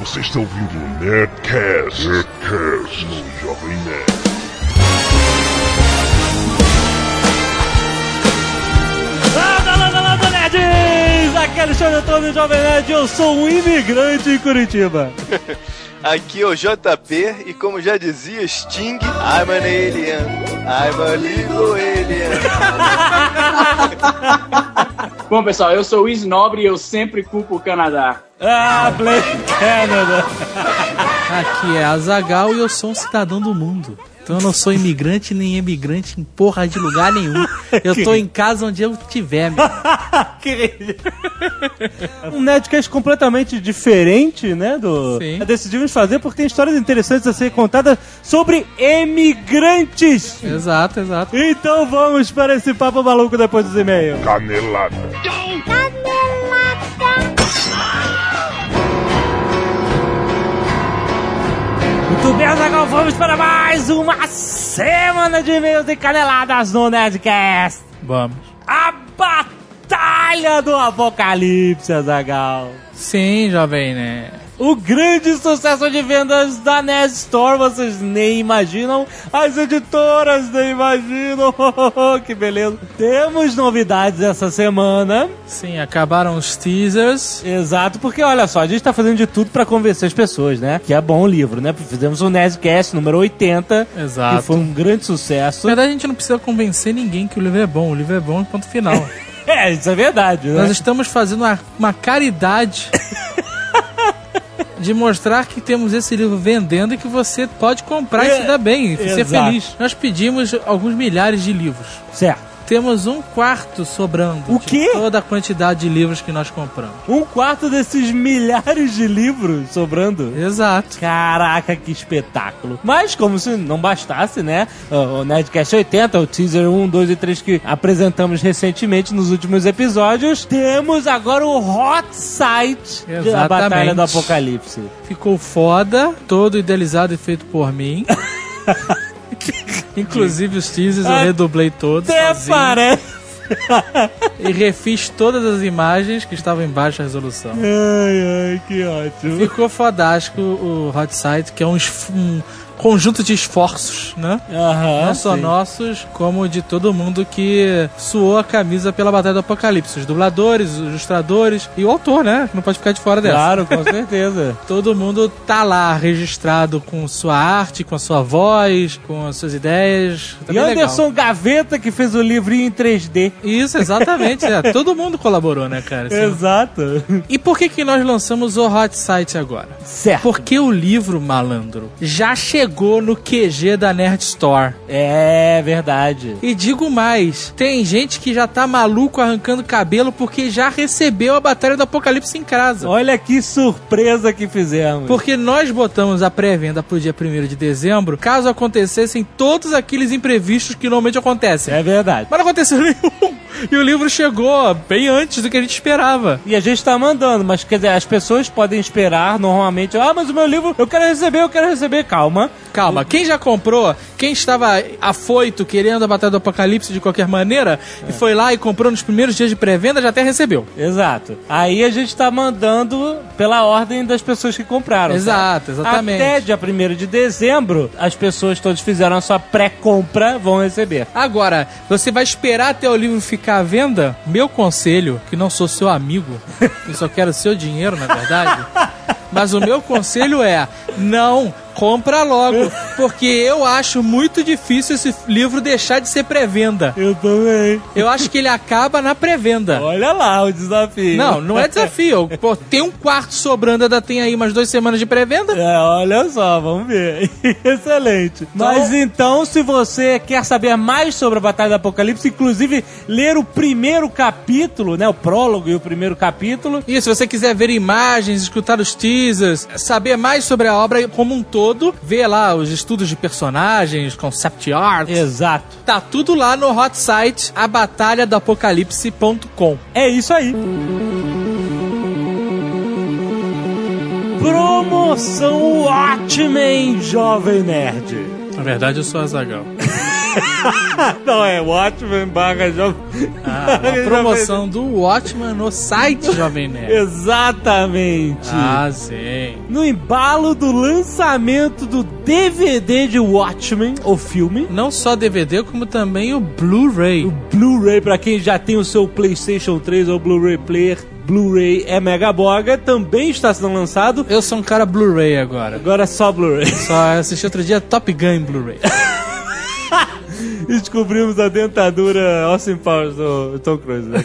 Você está ouvindo o Nerdcast, Nerdcast no Jovem Nerd. Landa, landa, landa, nerds! Aqui é Alexandre Antônio Jovem Nerd, eu sou um imigrante em Curitiba. Aqui é o JP e como já dizia Sting, I'm an alien, I'm a little alien. Bom, pessoal, eu sou o Isnobre e eu sempre culpo o Canadá. Ah, Play Canada! Aqui é Azagal e eu sou um cidadão do mundo. Então eu não sou imigrante nem emigrante em porra de lugar nenhum. Eu tô em casa onde eu tiver. meu. um Nerdcast completamente diferente, né? Do... Sim. Decidimos fazer porque tem histórias interessantes a ser contadas sobre emigrantes. Exato, exato. Então vamos para esse papo maluco depois dos e-mails. Canelada. Muito bem, Azaghal, vamos para mais uma semana de e-mails e caneladas no Nerdcast. Vamos. A Batalha do Apocalipse, Azaghal. Sim, jovem, né? O grande sucesso de vendas da NES Store, vocês nem imaginam. As editoras nem imaginam. que beleza. Temos novidades essa semana. Sim, acabaram os teasers. Exato, porque olha só, a gente tá fazendo de tudo pra convencer as pessoas, né? Que é bom o livro, né? Fizemos o NEScast número 80, que Exato. É. foi um grande sucesso. Na verdade, a gente não precisa convencer ninguém que o livro é bom. O livro é bom, ponto final. É, isso é verdade, né? Nós estamos fazendo uma, uma caridade de mostrar que temos esse livro vendendo e que você pode comprar e É, se dar bem, e ser exato. feliz. Nós pedimos alguns milhares de livros. Certo. Temos um quarto sobrando O de quê? toda a quantidade de livros que nós compramos. Um quarto desses milhares de livros sobrando. Exato. Caraca, que espetáculo. Mas como se não bastasse, né? O o Nerdcast 80, o teaser 1, 2 e 3 que apresentamos recentemente nos últimos episódios, temos agora o Hot Site da Exatamente. Batalha do Apocalipse. Ficou foda, todo idealizado e feito por mim. Inclusive os teasers, eu redublei todos. Até sozinho. parece. E refiz todas as imagens que estavam em baixa resolução. Ai, ai, que ótimo. Ficou fodástico o Hot Site, que é um, es- um conjunto de esforços, né? Aham, Não só sim. nossos, como de todo mundo que suou a camisa pela Batalha do Apocalipse. Os dubladores, os ilustradores e o autor, né? Não pode ficar de fora dessa. Claro, com certeza. Todo mundo tá lá registrado com sua arte, com a sua voz, com as suas ideias. Tá e bem Anderson legal. Gaveta que fez o livrinho em 3D. Isso, exatamente. é. Todo mundo colaborou, né, cara? Assim, Exato. E por que, que nós lançamos o Hot Site agora? Certo. Porque o livro, malandro, já chegou no QG da Nerd Store. É verdade. E digo mais, tem gente que já tá maluco arrancando cabelo porque já recebeu a Batalha do Apocalipse em casa. Olha que surpresa que fizemos. Porque nós botamos a pré-venda pro dia 1 de dezembro, caso acontecessem todos aqueles imprevistos que normalmente acontecem. É verdade. Mas não aconteceu nenhum. E o livro chegou bem antes do que a gente esperava. E a gente tá mandando, mas quer dizer, as pessoas podem esperar normalmente. Ah, mas o meu livro, eu quero receber, eu quero receber. Calma. Calma, quem já comprou, quem estava afoito querendo a Batalha do Apocalipse de qualquer maneira, É. e foi lá e comprou nos primeiros dias de pré-venda, já até recebeu. Exato. Aí a gente tá mandando pela ordem das pessoas que compraram. tá? Exato, exatamente. Até dia 1 de dezembro, as pessoas todas fizeram a sua pré-compra, vão receber. Agora, você vai esperar até o livro ficar à venda? Meu conselho, que não sou seu amigo, eu só quero seu dinheiro, na verdade. Mas o meu conselho é: não, compra logo, porque eu acho muito difícil esse livro deixar de ser pré-venda. Eu também. Eu acho que ele acaba na pré-venda. Olha lá o desafio. Não, não é desafio. Pô, tem um quarto sobrando, ainda tem aí umas duas semanas de pré-venda. É, olha só, vamos ver. Excelente. Mas então, se você quer saber mais sobre a Batalha do Apocalipse, inclusive ler o primeiro capítulo, né? O prólogo e o primeiro capítulo. E se você quiser ver imagens, escutar os teasers, saber mais sobre a obra como um todo, ver lá os estudos de personagens, concept art. Exato. Tá tudo lá no hot site abatalhadoapocalipse.com. É isso aí. Promoção Watchmen, Jovem Nerd. Na verdade, eu sou Azagal. Não, é Watchmen barra Jovem Ah, uma promoção do Watchman no site Jovem Nerd. Exatamente. Ah, sim. No embalo do lançamento do DVD de Watchmen, o filme, Não só DVD, como também o Blu-ray. O Blu-ray, pra quem já tem o seu PlayStation 3 ou Blu-ray Player, Blu-ray é mega boga, também está sendo lançado. Eu sou um cara Blu-ray agora. Agora é só Blu-ray. Só assisti outro dia Top Gun em Blu-ray. Descobrimos a dentadura Austin Powers do Tom Cruise. Né?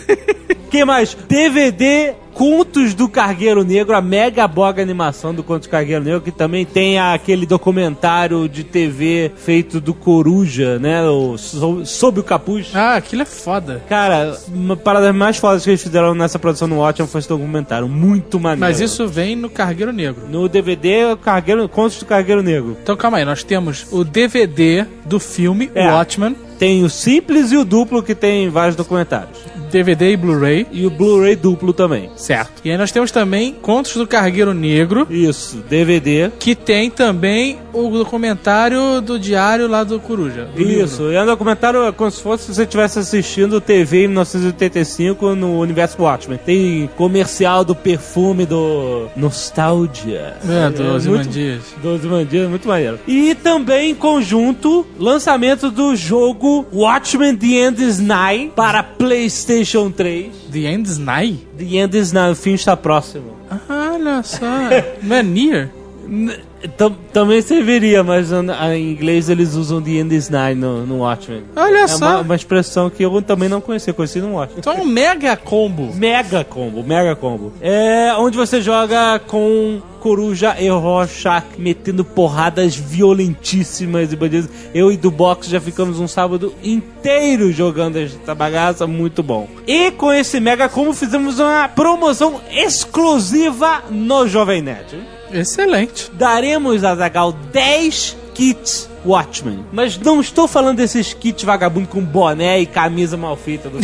Quem mais? DVD Contos do Cargueiro Negro, a mega boga animação do Contos do Cargueiro Negro, que também tem aquele documentário de TV feito do Coruja, né? O Sob Sob o Capuz. Ah, aquilo é foda. Cara, uma parada mais foda que eles fizeram nessa produção no Watchmen foi esse documentário. Muito maneiro. Mas isso vem no Cargueiro Negro. No DVD, Cargueiro, Contos do Cargueiro Negro. Então calma aí, nós temos o DVD do filme É. Watchman, Tem o simples e o duplo, que tem vários documentários. DVD e Blu-ray. E o Blu-ray duplo também. Certo. E aí nós temos também Contos do Cargueiro Negro, Isso, DVD. que tem também o documentário do diário lá do Coruja. do livro. Isso, e é um documentário como se fosse se você estivesse assistindo TV em 1985 no universo Watchmen. Tem comercial do perfume do Nostalgia. É, do muito- Ozymandias. 12 Mandias, muito maneiro. E também em conjunto, lançamento do jogo Watchmen The End is Nigh para PlayStation 3. The End's Nigh? The End is Nigh, o fim está próximo. Ah, olha só. Não é Near? N- tam- Também serviria, mas na- em inglês eles usam The End is Nigh no, no Watchmen. Olha é só. Uma, uma expressão que eu também não conhecia, conheci no Watchmen. Então é um mega combo. Mega combo, mega combo. É onde você joga com Coruja e Rorschach metendo porradas violentíssimas e bandidos. Eu e do box já ficamos um sábado inteiro jogando essa bagaça, muito bom. E com esse mega combo fizemos uma promoção exclusiva no Jovem Nerd. Excelente. Daremos a Zagal 10 kits Watchmen. Mas não estou falando desses kits vagabundo com boné e camisa mal feita do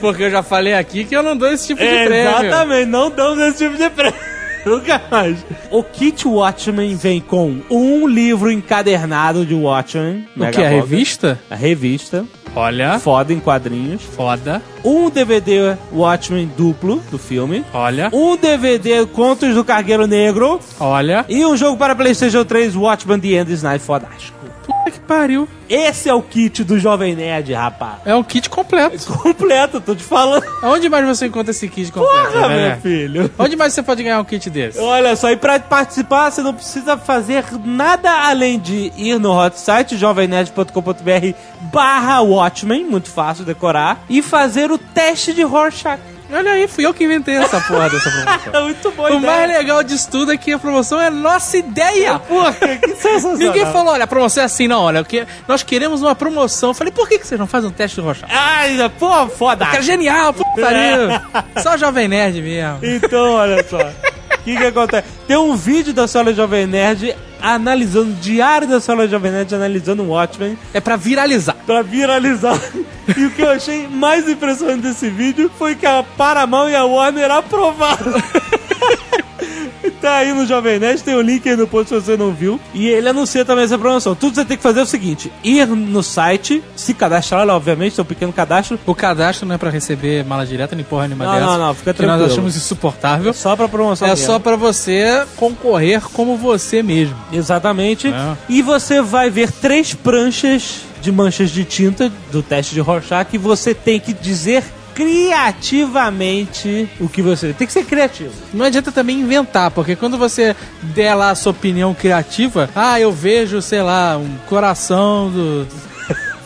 Porque eu já falei aqui que eu não dou esse tipo de prêmio. É, Exatamente, não damos esse tipo de prêmio. Nunca mais. O Kit Watchmen vem com um livro encadernado de Watchmen. O que? A Megabox. revista? A revista, Olha. foda em quadrinhos. Foda. Um DVD Watchmen duplo do filme. Olha. Um DVD Contos do Cargueiro Negro. Olha. E um jogo para PlayStation 3 Watchmen The End is Night fodástico. Puta que pariu. Esse é o kit do Jovem Nerd, rapaz. É um kit completo. Completo, tô te falando. Onde mais você encontra esse kit completo? Porra, né? meu filho. Onde mais você pode ganhar um kit desse? Olha só, e pra participar, você não precisa fazer nada além de ir no hot site jovemnerd.com.br barra Watchmen, muito fácil decorar, e fazer o teste de Rorschach. Olha aí, fui eu que inventei essa porra dessa promoção. É muito bom, O mais legal disso tudo é que a promoção é nossa ideia. Porra, que sensacional. Ninguém falou, olha, a promoção é assim, não, olha, que nós queremos uma promoção. Eu falei, por que, que vocês não fazem um teste do Rochard? Ai, pô, foda. Cara, genial, putaria. Só Jovem Nerd mesmo. Então, olha só. O que, que acontece? Tem um vídeo da Senhora Jovem Nerd analisando, diário da Senhora Jovem Nerd analisando o Watchmen. É pra viralizar. pra viralizar. E o que eu achei mais impressionante desse vídeo foi que a Paramount e a Warner aprovaram. Tá aí no Jovem Nerd, tem o link aí no post se você não viu. E ele anuncia também essa promoção. Tudo que você tem que fazer é o seguinte: ir no site, se cadastrar, lá, obviamente, seu pequeno cadastro, O cadastro não é pra receber mala direta nem porra nenhuma Não, dessa. não, não, fica que Nós tranquilo. achamos insuportável. só pra promoção. É mesmo. só pra você concorrer como você mesmo. Exatamente. É. E você vai ver três pranchas de manchas de tinta do teste de Rorschach que você tem que dizer criativamente o que você tem que ser criativo. Não adianta também inventar, porque quando você der lá a sua opinião criativa, ah, eu vejo, sei lá, um coração do.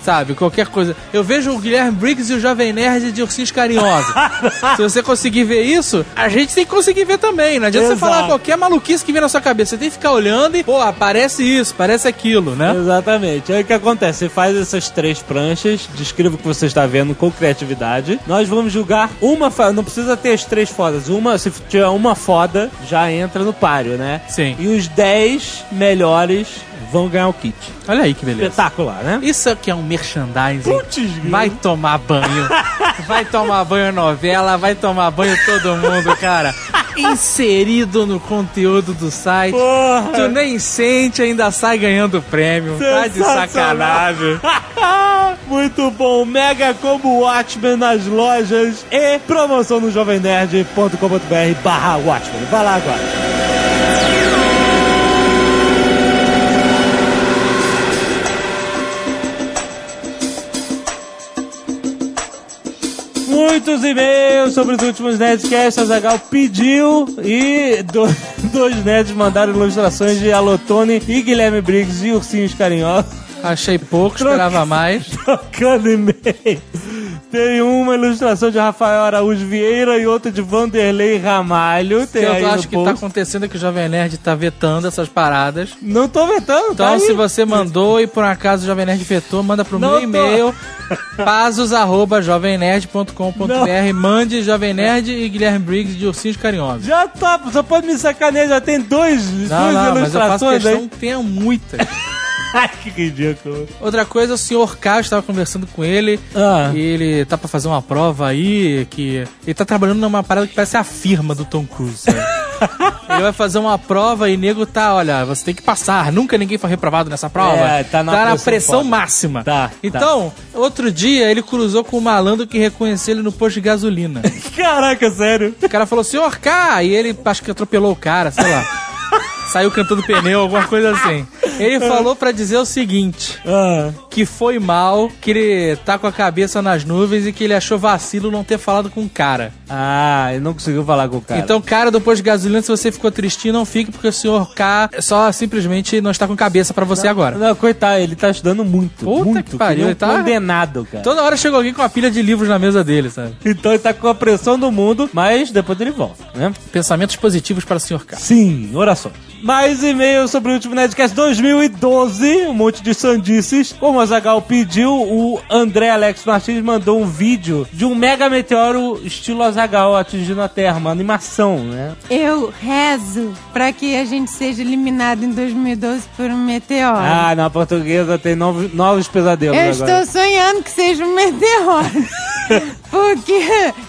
Sabe, qualquer coisa. Eu vejo o Guilherme Briggs e o Jovem Nerd de Ursinhos Carinhosos. Se você conseguir ver isso, a gente tem que conseguir ver também. Não adianta você Exato. falar qualquer maluquice que vem na sua cabeça. Você tem que ficar olhando e, pô, aparece isso, aparece aquilo, né? Exatamente. Aí o que acontece? Você faz essas três pranchas, descreva o que você está vendo com criatividade. Nós vamos julgar uma fa- Não precisa ter as três fodas. Uma, se tiver uma foda, já entra no páreo, né? Sim. E os dez melhores vão ganhar o kit. Olha aí que beleza. Espetacular, né? Isso aqui é um merchandising. Putz, Vai tomar banho. Vai tomar banho novela, vai tomar banho todo mundo, cara. inserido no conteúdo do site. Porra. Tu nem sente, ainda sai ganhando prêmio. Tá de Sensacional. sacanagem. Muito bom, Mega Combo Watchmen nas lojas e promoção no jovemnerd.com.br barra Watchmen. Vai lá agora. Muitos e-mails sobre os últimos Nerdcasts. Azagal pediu e do- dois nerds mandaram ilustrações de Alotone e Guilherme Briggs de Ursinhos Carinhosos. Achei pouco, esperava mais. Trocando e-mail. Tem uma ilustração de Rafael Araújo Vieira e outra de Vanderlei Ramalho. Tem aí eu no acho que tá post. acontecendo é que o Jovem Nerd tá vetando essas paradas. Não tô vetando, tá Então, aí. se você mandou e por um acaso o Jovem Nerd vetou, manda pro Não meu tô. e-mail, pazos.jovemnerd.com.br, mande Jovem Nerd e Guilherme Briggs de Ursinhos Carinhosos. Já tá, só pode me sacanear, já tem dois, Não, duas não, mas eu faço ilustrações questão aí. que tenha muitas. Ai, que ridículo. Outra coisa, o senhor K, eu estava conversando com ele, Ah. e ele tá pra fazer uma prova aí, que ele tá trabalhando numa parada que parece a firma do Tom Cruise, sabe? Ele vai fazer uma prova e nego tá, olha, você tem que passar. Nunca ninguém foi reprovado nessa prova. É, tá na na pressão pressão foda. máxima. Tá, Então, outro dia ele cruzou com um malandro que reconheceu ele no posto de gasolina. tá. Caraca, sério. O cara falou, senhor K, e ele acho que atropelou o cara, sei lá. Saiu cantando pneu, alguma coisa assim. Ele falou pra dizer o seguinte: Ah, que foi mal, que ele tá com a cabeça nas nuvens e que ele achou vacilo não ter falado com o cara. ah, ele não conseguiu falar com o cara. Então, cara, depois de gasolina, se você ficou tristinho, não fique, porque o senhor K só simplesmente não está com cabeça pra você agora. Não, coitado, ele tá estudando muito. Puta muito, que pariu, nem um ele tá- condenado, cara. Toda hora chegou alguém com uma pilha de livros na mesa dele, sabe? Então ele tá com a pressão do mundo, mas depois ele volta, né? Pensamentos positivos para o senhor K. Sim, orações. Mais e-mail sobre o último Nerdcast 2012, um monte de sandices. Como a Zagal pediu, o André Alex Martins mandou um vídeo de um mega meteoro estilo Azagal atingindo a Terra, uma animação, né? Eu rezo pra que a gente seja eliminado em 2012 por um meteoro. Ah, na portuguesa tem novos, novos pesadelos eu agora. estou sonhando que seja um meteoro. Porque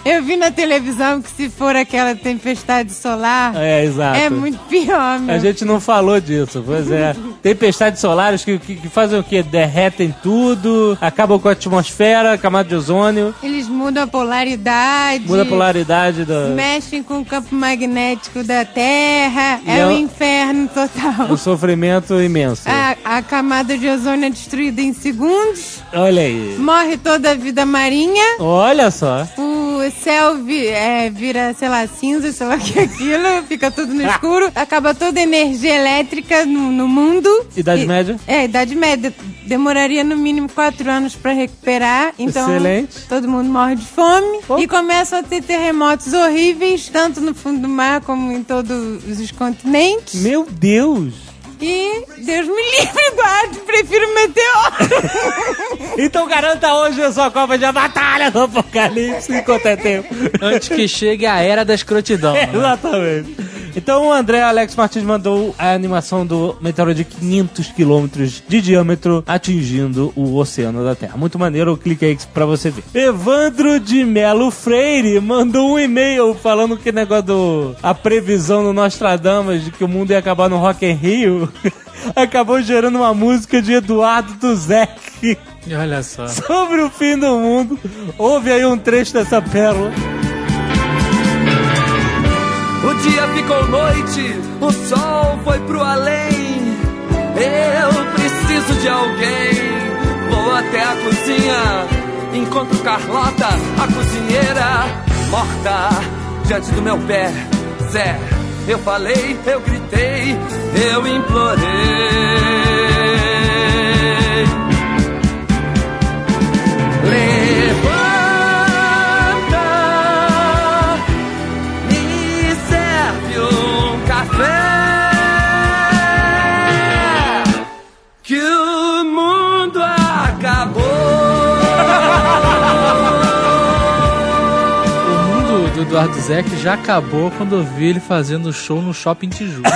eu vi na televisão que se for aquela tempestade solar, É, exato. é, muito pior, meu. A gente não falou disso, pois é. Tempestades solares que, que, que fazem o quê? Derretem tudo, acabam com a atmosfera, camada de ozônio, Eles mudam a polaridade. muda a polaridade da. Mexem com o campo magnético da Terra. E um é eu- o inferno Um total. sofrimento imenso. A, a camada de ozônio é destruída em segundos. Olha aí. Morre toda a vida marinha. Olha só. O céu vi- é, vira, sei lá, cinza, sei lá o que é aquilo, fica tudo no escuro. Acaba toda a energia elétrica no, no mundo. Idade E- Média? É, Idade Média. Demoraria no mínimo quatro anos pra recuperar. Então, Excelente. todo mundo morre de fome. Bom. E começam a ter terremotos horríveis, tanto no fundo do mar como em todos os continentes. Meu Deus. E Deus me livre, guarde, prefiro meteoro. Então garanta hoje a sua Copa de a Batalha do Apocalipse enquanto é tempo. Antes que chegue a era da escrotidão. né? Exatamente. Então o André Alex Martins mandou a animação do meteoro de 500 quilômetros de diâmetro atingindo o oceano da Terra. Muito maneiro, clica aí pra você ver. Evandro de Melo Freire mandou um e-mail falando que negócio do... a previsão do Nostradamus de que o mundo ia acabar no Rock in Rio acabou gerando uma música de Eduardo Duzek E Olha só. sobre o fim do mundo. Ouve aí um trecho dessa pérola. O dia ficou noite, o sol foi pro além. Eu preciso de alguém. Vou até a cozinha, encontro Carlota, a cozinheira morta diante do meu pé. Zé, eu falei, eu gritei, eu implorei. Levanta, me serve um café que o mundo acabou. O mundo do Eduardo Zeck já acabou quando eu vi ele fazendo show no shopping Tijuca.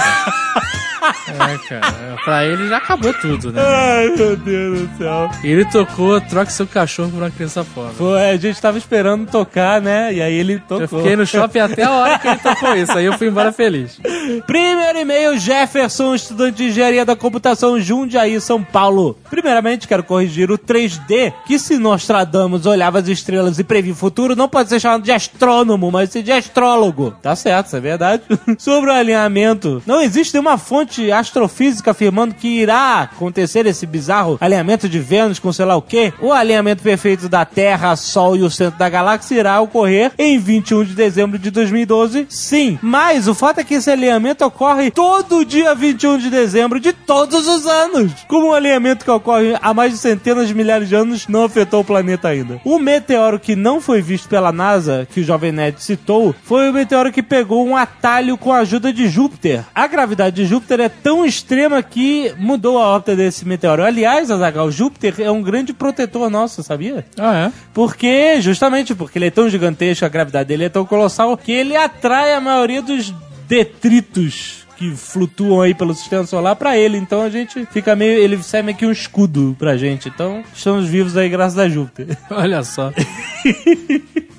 É, cara. Pra ele já acabou tudo, né? Ai, meu Deus do céu. Ele tocou Troque Seu Cachorro por Uma Criança Pobre. Pô, é, a gente tava esperando tocar, né? E aí ele tocou. Eu fiquei no shopping até a hora que ele tocou isso. Aí eu fui embora feliz. Primeiro e-mail, Jefferson, estudante de engenharia da computação, Jundiaí, São Paulo. Primeiramente, quero corrigir o 3D, que se Nostradamus olhava as estrelas e previa o futuro, não pode ser chamado de astrônomo, mas sim de astrólogo. Tá certo, isso é verdade. Sobre o alinhamento, não existe uma fonte astrofísica afirmando que irá acontecer esse bizarro alinhamento de Vênus com sei lá o quê. O alinhamento perfeito da Terra, Sol e o centro da galáxia irá ocorrer em 21 de dezembro de 2012, sim. Mas o fato é que esse alinhamento ocorre todo dia 21 de dezembro de todos os anos. Como um alinhamento que ocorre há mais de centenas de milhares de anos não afetou o planeta ainda. O meteoro que não foi visto pela NASA, que o Jovem Nerd citou, foi o meteoro que pegou um atalho com a ajuda de Júpiter. A gravidade de Júpiter é tão extrema que mudou a órbita desse meteoro. Aliás, Azaghal, Júpiter é um grande protetor nosso, sabia? Ah, Porque, justamente porque ele é tão gigantesco, a gravidade dele é tão colossal, que ele atrai a maioria dos detritos que flutuam aí pelo sistema solar pra ele. Então a gente fica meio. Ele serve meio que um escudo pra gente. Então estamos vivos aí graças a Júpiter. é? Olha só.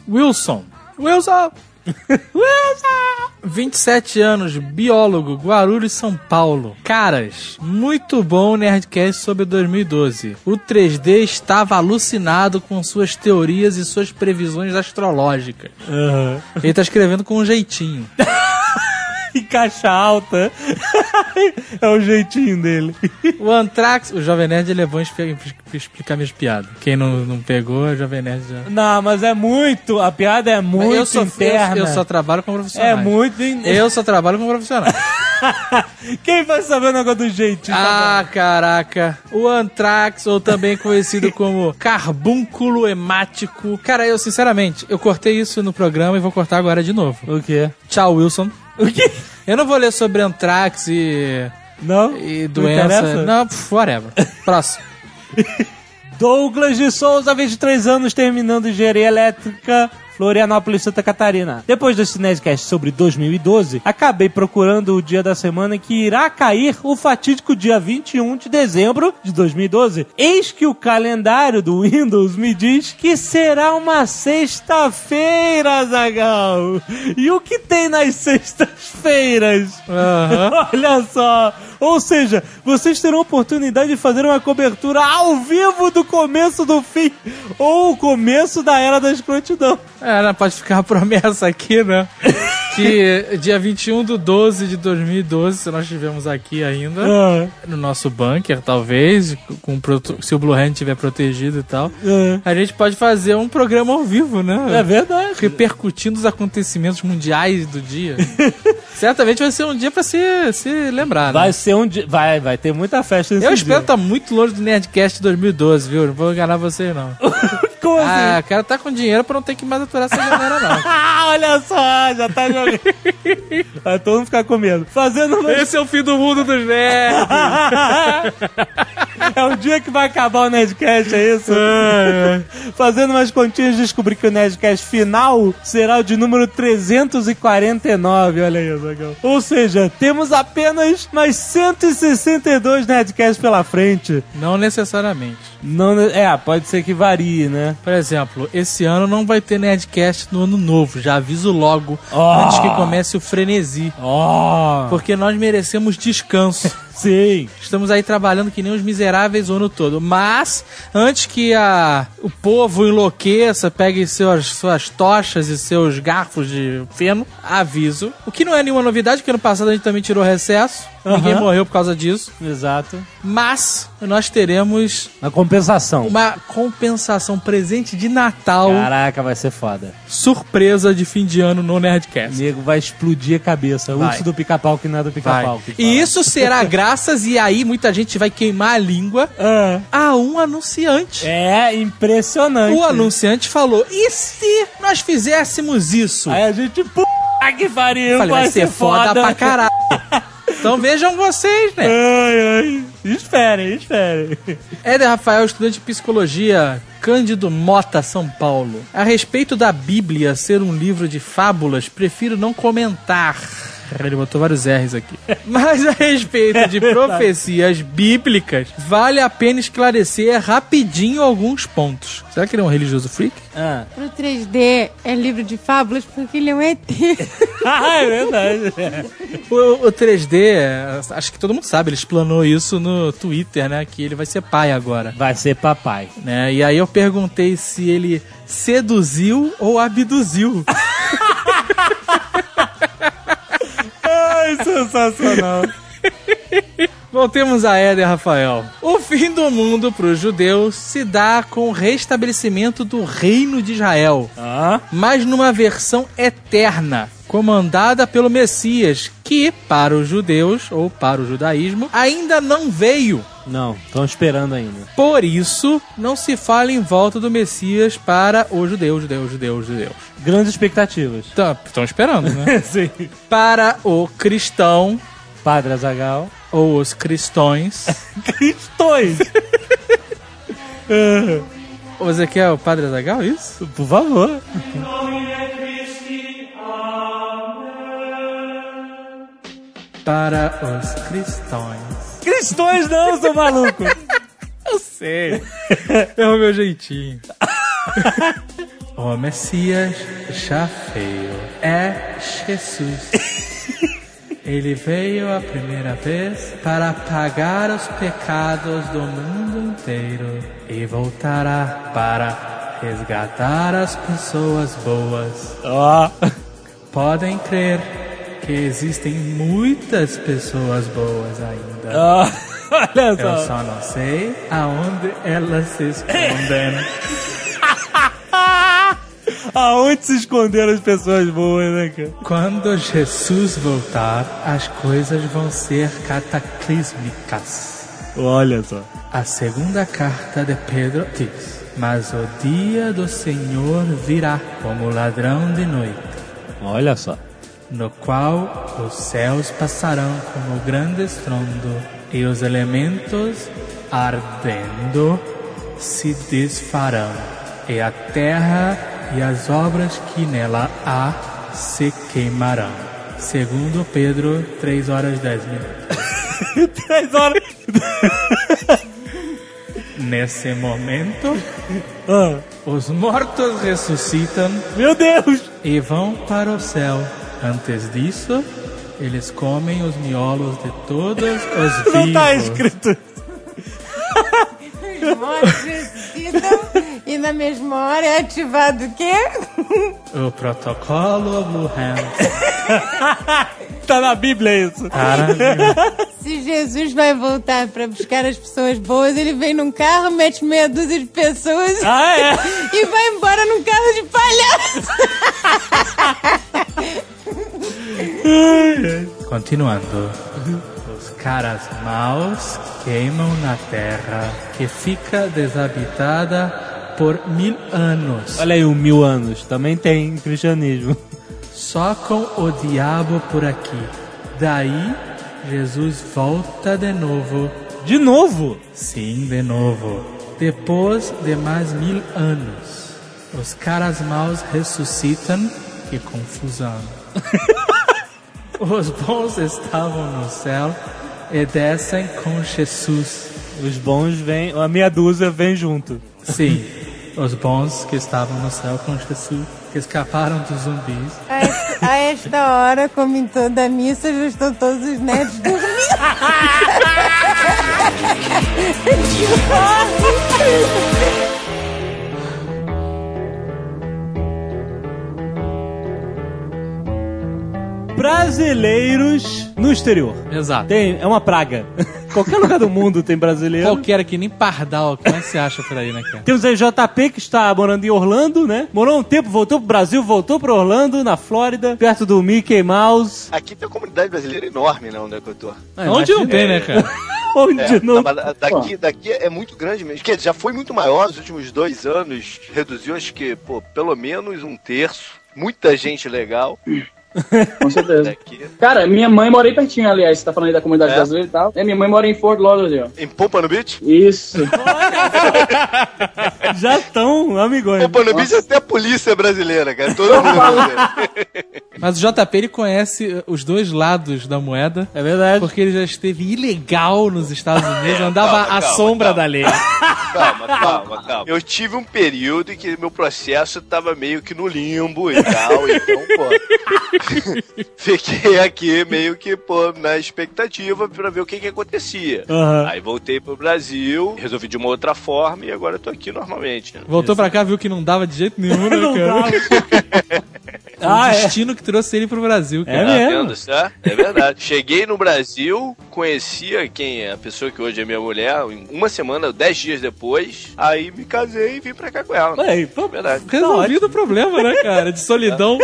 Wilson. Wilson! 27 anos, biólogo, Guarulhos, São Paulo. Caras, muito bom o Nerdcast sobre 2012. O 3D estava alucinado com suas teorias e suas previsões astrológicas. Ele tá escrevendo com um jeitinho. E caixa alta. é o jeitinho dele. O Antrax, o Jovem Nerd, ele é bom em espe- em explicar minhas piadas. Quem não, não pegou, o Jovem Nerd já... Não, mas é muito. A piada é muito eu, só, eu, interna. eu só trabalho com profissionais. É muito. Tá in- Eu só trabalho com profissionais. Quem vai saber o negócio do jeitinho? Ah, caraca. O Antrax, ou também conhecido como carbúnculo hemático. Cara, eu sinceramente, eu cortei isso no programa e vou cortar agora de novo. O quê? Tchau, Wilson. O quê? Eu não vou ler sobre Antrax e, Não? e Não doença. interessa? Não, pff, whatever. Próximo. Douglas de Souza, 23 anos, terminando engenharia elétrica. Florianópolis, Santa Catarina. Depois do Cinecast sobre 2012, acabei procurando o dia da semana que irá cair o fatídico dia 21 de dezembro de 2012. Eis que o calendário do Windows me diz que será uma sexta-feira, Zagal. E o que tem nas sextas-feiras? Olha só! Ou seja, vocês terão a oportunidade de fazer uma cobertura ao vivo do começo do fim ou o começo da era da escrotidão. É, não pode ficar a promessa aqui, né? Que dia 21 de 12 de 2012, se nós estivermos aqui ainda, no nosso bunker, talvez, com proto- se o Blue Hand estiver protegido e tal, É. a gente pode fazer um programa ao vivo, É né? verdade. Repercutindo os acontecimentos mundiais do dia. Certamente vai ser um dia pra se, se lembrar, né? Vai ser um dia. Vai, vai ter muita festa nesse Eu espero tá dia. estar muito longe do Nerdcast 2012, viu? Não vou enganar vocês, não. Como assim? Ah, o cara tá com dinheiro pra não ter que mais aturar essa galera, não. Ah, olha só, já tá jogando. Vai todo mundo ficar com medo. Fazendo uma... Esse é o fim do mundo dos nerds. É o dia que vai acabar o Nerdcast, é isso? Fazendo umas continhas, descobri que o Nerdcast final será o de número 349, olha aí, Zagão. Ou seja, temos apenas mais 162 Nerdcasts pela frente. Não necessariamente. Não, é, pode ser que varie, né? Por exemplo, esse ano não vai ter Nerdcast no ano novo, já aviso logo, antes que comece o frenesi. Ó, oh, Porque nós merecemos descanso. sim. Estamos aí trabalhando que nem os miseráveis o ano todo. Mas, antes que a, o povo enlouqueça, pegue seus, suas tochas e seus garfos de feno, aviso. O que não é nenhuma novidade, porque ano passado a gente também tirou recesso. Ninguém Aham. morreu por causa disso. Exato. Mas, nós teremos A compensação. uma compensação presente de Natal. um. Caraca, vai ser foda. surpresa de fim de ano no O Nerdcast. nego vai explodir a cabeça. O Vai. urso do pica-pau que não é do pica-pau. que fala. E isso será graças, e aí muita gente vai queimar a língua, Ah. a um anunciante. É impressionante. O anunciante falou, e se nós fizéssemos isso? Aí a gente, puta que pariu, Eu falei, vai ser foda, pra caralho. então vejam vocês, né? Ai, ai. Esperem, esperem. Éder Rafael, estudante de psicologia, Cândido Mota, São Paulo. A respeito da Bíblia ser um livro de fábulas, prefiro não comentar. Ele botou vários R's aqui. Mas a respeito de profecias bíblicas, vale a pena esclarecer rapidinho alguns pontos. Será que ele é um religioso freak? Ah, Pro 3D é livro de fábulas porque ele é um ET. Ah, é verdade. O, o 3D, é, acho que todo mundo sabe, ele explanou isso no Twitter, né? Que ele vai ser pai agora. Vai ser papai. Né? E aí eu perguntei se ele seduziu ou abduziu. Ai, sensacional. Voltemos a Éder, Rafael. O fim do mundo para os judeus se dá com o restabelecimento do reino de Israel, Ah, mas numa versão eterna, comandada pelo Messias, que, para os judeus, ou para o judaísmo, ainda não veio. não, estão esperando ainda. Por isso, não se fala em volta do Messias para os judeus, judeus, judeus, judeus. Grandes expectativas. Estão esperando, né? Sim. para o cristão, Padre Azagal. ou os cristões... Cristões! Você quer o Padre Azaghal, isso? Por favor. Para os cristãos. Cristões não, seu maluco! Eu sei. é o meu jeitinho. o Messias já veio. É Jesus. Ele veio a primeira vez para pagar os pecados do mundo inteiro e voltará para resgatar as pessoas boas. Ó, Podem crer que existem muitas pessoas boas ainda. ó, olha Eu só. só não sei aonde elas se escondem. Aonde se esconderam as pessoas boas, né, cara? Quando Jesus voltar, as coisas vão ser cataclísmicas. Olha só. A segunda carta de Pedro diz: Mas o dia do Senhor virá como ladrão de noite, Olha só. no qual os céus passarão como grande estrondo e os elementos ardendo se desfarão, e a terra e as obras que nela há se queimarão. Segundo Pedro, 3 horas 10 minutos. Três horas. Nesse momento, Ah, os mortos ressuscitam meu Deus! e vão para o céu. Antes disso, eles comem os miolos de todos os vivos. Não tá escrito. Os mortos ressuscitam e na mesma hora é ativado o quê? O protocolo Wuhan. Tá na Bíblia isso. Caralho. Se Jesus vai voltar pra buscar as pessoas boas, ele vem num carro, mete meia dúzia de pessoas Ah, é? e vai embora num carro de palhaço. Continuando. Os caras maus queimam na terra, que fica desabitada por mil anos. Olha aí, o mil anos. Também tem cristianismo. Só com o diabo por aqui. Daí, Jesus volta de novo. De novo? Sim, de novo. Depois de mais mil anos, os caras maus ressuscitam. Que confusão. os bons estavam no céu e descem com Jesus. Os bons vêm, a meia dúzia vem junto. Sim, os bons que estavam no céu com Jesus, que escaparam dos zumbis. A esta- A esta hora, como em toda missa, já estão todos os netos dormindo. Brasileiros no exterior. Exato. Tem, é uma praga. Qualquer lugar do mundo tem brasileiro. Qualquer aqui, nem pardal, como é que você acha por aí, né, cara? Temos aí JP que está morando em Orlando, né? Morou um tempo, voltou pro Brasil, voltou pra Orlando, na Flórida, perto do Mickey Mouse. Aqui tem uma comunidade brasileira enorme, né, onde é que eu tô. Onde não tem, né, cara? Onde É, não. não, tá mas da- daqui, daqui é muito grande mesmo. Quer dizer, já foi muito maior nos últimos dois anos. Reduziu, acho que, pô, pelo menos um terço. Muita gente legal. Com certeza. Daqui. Cara, minha mãe mora aí pertinho, aliás. Você tá falando aí da comunidade É? brasileira e tal. É, minha mãe mora em Fort Lauderdale. Em Pompa no Beach? Isso. Já estão amigões. Pompa no Beach até a polícia é brasileira, cara. Todo mundo é brasileiro. Mas o JP ele conhece eh, os dois lados da moeda. É verdade. Porque ele já esteve ilegal nos Estados Unidos, andava calma, à calma, sombra da lei. Calma, calma, calma. Eu tive um período em que meu processo tava meio que no limbo e tal, então, pô. Fiquei aqui meio que, pô, na expectativa pra ver o que que acontecia. Aham. Aí voltei pro Brasil, resolvi de uma outra forma e agora eu tô aqui normalmente. né? Voltou pra cá, viu que não dava de jeito nenhum, Não né, cara? dá. ah, o é. destino que trouxe ele pro Brasil, cara. É Tá mesmo. vendo? tá? É verdade. Cheguei no Brasil, conhecia quem é a pessoa que hoje é minha mulher, em uma semana, dez dias depois, aí me casei e vim pra cá com ela. É Aí, pô, Verdade. Resolvido o problema, né, cara? De solidão.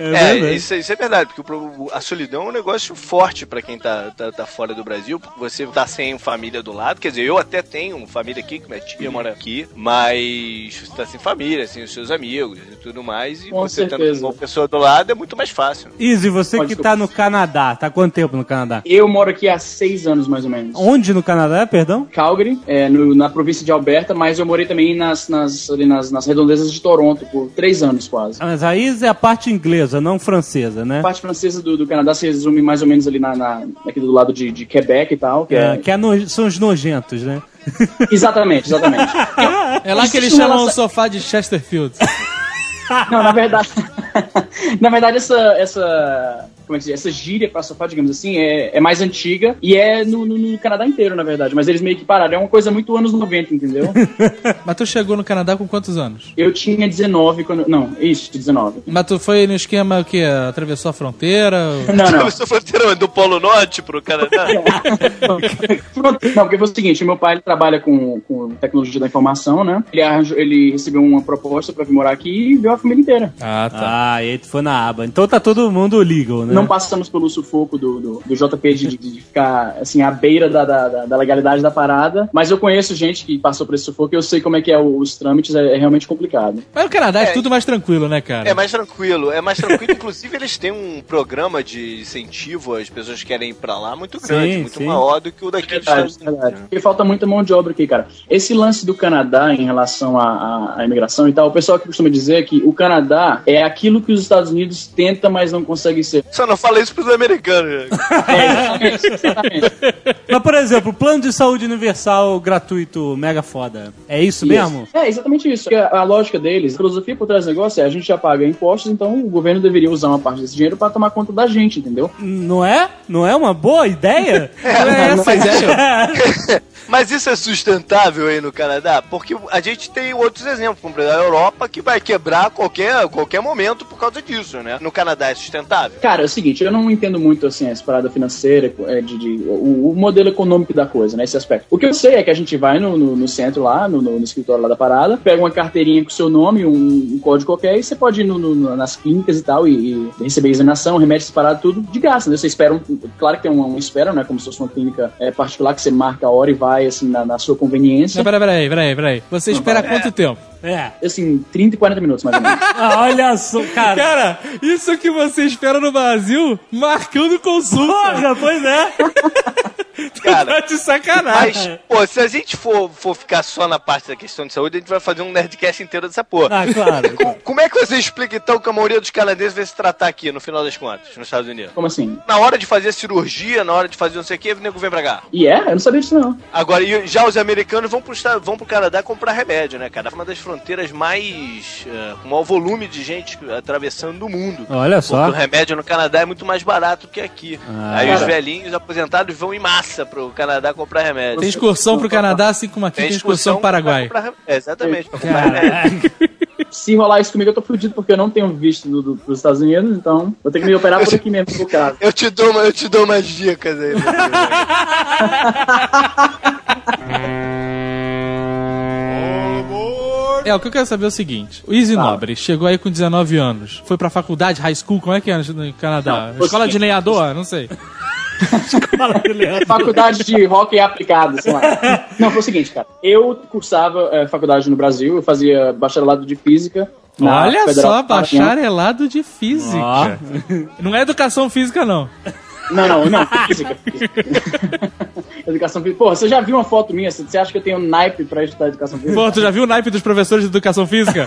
É, verdade. isso, isso é verdade, porque o pro- a solidão é um negócio forte pra quem tá, tá, tá fora do Brasil, porque você tá sem família do lado, quer dizer, eu até tenho família aqui, que minha Uhum. tia mora aqui, mas você tá sem família, sem os seus amigos e tudo mais, e Com você certeza. tendo uma pessoa do lado é muito mais fácil. Izzy, você Pode, que desculpa. tá no Canadá, tá há quanto tempo no Canadá? Eu moro aqui há seis anos, mais ou menos. Onde no Canadá, perdão? Calgary, é, no- na província de Alberta, mas eu morei também nas, nas, ali nas, nas redondezas de Toronto por três anos quase. Ah, Mas a Izzy é a parte inglesa, não francesa, né? A parte francesa do, do Canadá se resume mais ou menos ali na, na, aqui do lado de, de Quebec e tal. Que é, É, que é no- são os nojentos, né? Exatamente, exatamente. É lá que eles Existe uma chamam o relação- sofá de Chesterfield. Não, na verdade. na verdade, essa. essa como é que se diz? Essa gíria pra sofá, digamos assim, é, é mais antiga e é no, no- no Canadá inteiro, na verdade. Mas eles meio que pararam. É uma coisa muito anos 90, entendeu? Mas tu chegou no Canadá com quantos anos? Eu tinha 19 quando. Não, isso, 19. Mas tu foi no esquema o quê? Atravessou a fronteira? Não, Ah, não. É. Eu sou fronteirão do Polo Norte pro Canadá. Pronto. Não, porque foi o seguinte, meu pai ele trabalha com, com tecnologia da informação, né? Ele, arranjou- ele recebeu uma proposta pra vir morar aqui e veio a família inteira. Ah, Ah, e aí tu foi na aba. Então tá todo mundo legal, né? Tá. Não passamos pelo sufoco do, do, do JP de, de- de ficar, assim, à beira da, da, da- da legalidade da parada, mas eu conheço gente que passou por esse sufoco e eu sei como é que é o- os trâmites, é, é realmente complicado. Mas no Canadá é, É. tudo mais tranquilo, né, cara? É mais tranquilo, é mais tranquilo. Inclusive, eles têm um programa de incentivo às pessoas que querem ir pra lá muito grande, Sim, muito sim. maior do que o daqui dos Estados É Verdade, Unidos. verdade. Porque falta muita mão de obra aqui, cara. Esse lance do Canadá em relação à, à- à imigração e tal, o pessoal que costuma dizer que o Canadá é aquilo que os Estados Unidos tenta, mas não consegue ser. Só não fala isso pros americanos. né? É, exatamente, exatamente. Mas, por exemplo, plano de saúde universal gratuito, mega foda. É isso, mesmo? É, exatamente isso. Porque a, a lógica deles, a filosofia por trás do negócio é a gente já paga impostos, então o governo deveria usar uma parte desse dinheiro pra tomar conta da gente, entendeu? Não é? Não é uma boa ideia? Não é essa a ideia. Mas isso é sustentável aí no Canadá? Porque a gente tem outros exemplos, como por exemplo, a Europa, que vai quebrar qualquer, qualquer momento por causa disso, né? No Canadá é sustentável. Cara, é o seguinte, eu não entendo muito assim essa parada financeira, é, de, de- o, o modelo econômico da coisa, né? Esse aspecto. O que eu sei é que a gente vai no, no- no centro lá, no, no- no escritório lá da parada, pega uma carteirinha com seu nome, um, um código qualquer, e você pode ir no- no- nas clínicas e tal, e, e receber examinação, remédios parado, tudo de graça, né? Você espera um. Claro que tem uma, uma espera, né? Como se fosse uma clínica é, particular que você marca a hora e vai, assim, na, na sua Não, conveniência. peraí, peraí, peraí, peraí. Você espera quanto tempo? É. Assim, 30 e 40 minutos, mais ou menos. Ah, olha só, É. cara. Cara, isso que você espera no Brasil, marcando consulta. Porra, pois é. Cara, Tá de sacanagem. mas, pô, se a gente for, for ficar só na parte da questão de saúde, a gente vai fazer um Nerdcast inteiro dessa porra. Ah, claro. Como é que você explica, então, que a maioria dos canadenses vai se tratar aqui, no final das contas, nos Estados Unidos? Como assim? Na hora de fazer cirurgia, na hora de fazer não sei o que, o nego vem pra cá. E é? Eu não sabia disso, não. Agora, e já os americanos vão pro, esta- vão pro Canadá comprar remédio, né, cara? Uma das fronteiras mais. eh, com maior volume de gente atravessando o mundo. Olha Porque só. o remédio no Canadá é muito mais barato que aqui. Ah. Aí os Cara. velhinhos aposentados vão em massa pro Canadá comprar remédio. Tem excursão pro Canadá, assim como aqui tem excursão pro pra Paraguai. comprar remédio. É, exatamente, pra comprar remédio. Caraca. se rolar isso comigo, eu tô fudido porque eu não tenho visto do, do- dos Estados Unidos, então vou ter que me operar por aqui mesmo, por caso. Eu te dou, uma- eu te dou umas dicas aí. né? meu amigo. É, o que eu quero saber é o seguinte. O Easy Nobre chegou aí com 19 anos. Foi pra faculdade, high school, como é que é no Canadá? Não, Escola você- de lenhador? Não sei. Fala, Leandro. Faculdade de Rock Aplicado, sei lá. é, Não, foi o seguinte, cara. Eu cursava eh, faculdade no Brasil, eu fazia bacharelado de Física na Olha Federal só, do Maranhão. bacharelado de física. Ó. Não é educação física, não. Não, não, não. Física. física. educação física. Porra, você já viu uma foto minha? Você você acha que eu tenho naipe pra estudar educação física? Pô, tu já viu o naipe dos professores de educação física?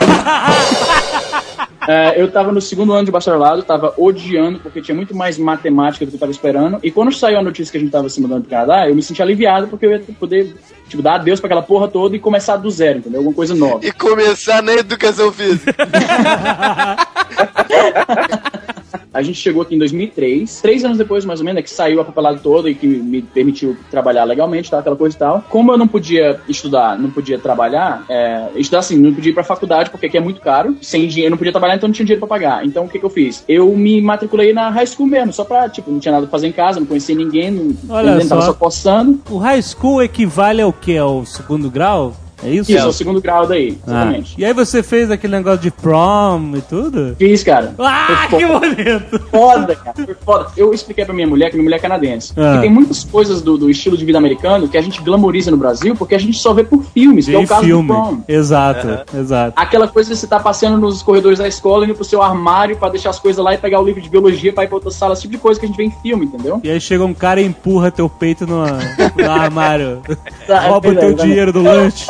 É, eu tava no segundo ano de bacharelado, tava odiando, porque tinha muito mais matemática do que eu tava esperando. E quando saiu a notícia que a gente tava se mudando pro Canadá, eu me senti aliviado, porque eu ia poder, tipo, dar adeus pra aquela porra toda e começar do zero, entendeu? Alguma coisa nova. E começar na educação física. A gente chegou aqui em 2003, três anos depois, mais ou menos, é que saiu a papelada toda e que me permitiu trabalhar legalmente, tá, aquela coisa e tal. Como eu não podia estudar, não podia trabalhar, é, estudar assim, não podia ir pra faculdade, porque aqui é muito caro, sem dinheiro, eu não podia trabalhar, então não tinha dinheiro pra pagar. Então o que que eu fiz? Eu me matriculei na high school mesmo, só pra, tipo, não tinha nada pra fazer em casa, não conhecia ninguém, não Olha ninguém tava só. só coçando. O high school equivale ao quê? Ao segundo grau? É isso? Isso, é o segundo grau daí, Ah. exatamente. E aí você fez aquele negócio de prom e tudo? Fiz, cara. Ah, Foi que bonito! foda, cara. Foi foda. Eu expliquei pra minha mulher, que minha mulher é canadense, Ah. que tem muitas coisas do, do estilo de vida americano que a gente glamoriza no Brasil porque a gente só vê por filmes, um que é Em o caso filme. do Prom. Exato, exato. Aquela coisa de você tá passeando nos corredores da escola, indo pro seu armário pra deixar as coisas lá e pegar o livro de biologia pra ir pra outra sala, esse tipo de coisa que a gente vê em filme, entendeu? E aí chega um cara e empurra teu peito no, no armário. É Tá, Rouba o assim beleza, teu né? dinheiro do lanche.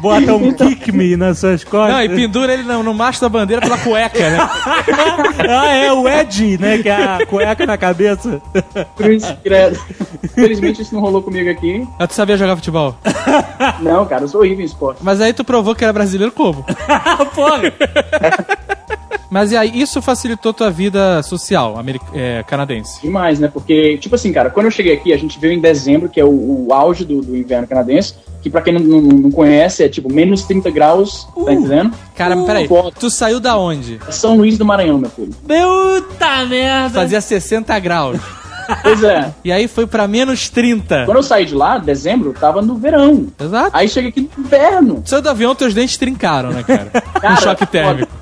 Bota um kick me nas suas costas. Então- Não, e pendura ele no, no macho da bandeira pela cueca, né? ah, é o Ed, né? Que é a cueca na cabeça. Cruz, credo. Infelizmente isso não rolou comigo aqui. Mas tu sabia jogar futebol. Não, cara, eu sou horrível em esporte. Mas aí tu provou que era brasileiro como? Porra! Mas e aí, isso facilitou tua vida social ameri- é, canadense? Demais, né? Porque, tipo assim, cara, quando eu cheguei aqui, a gente veio em dezembro, que é o, o auge do, do inverno canadense, que pra quem não, não- não conhece é tipo menos 30 graus, tá entendendo? Cara, Uh, peraí, foda. tu saiu da onde? São Luís do Maranhão, meu filho. Puta merda! Fazia 60 graus. Pois é. E aí foi pra menos 30. Quando eu saí de lá, dezembro, tava no verão. Exato. Aí chega aqui no inverno. Saiu do avião, teus dentes trincaram, né, cara? Cara, tá Um choque foda. térmico.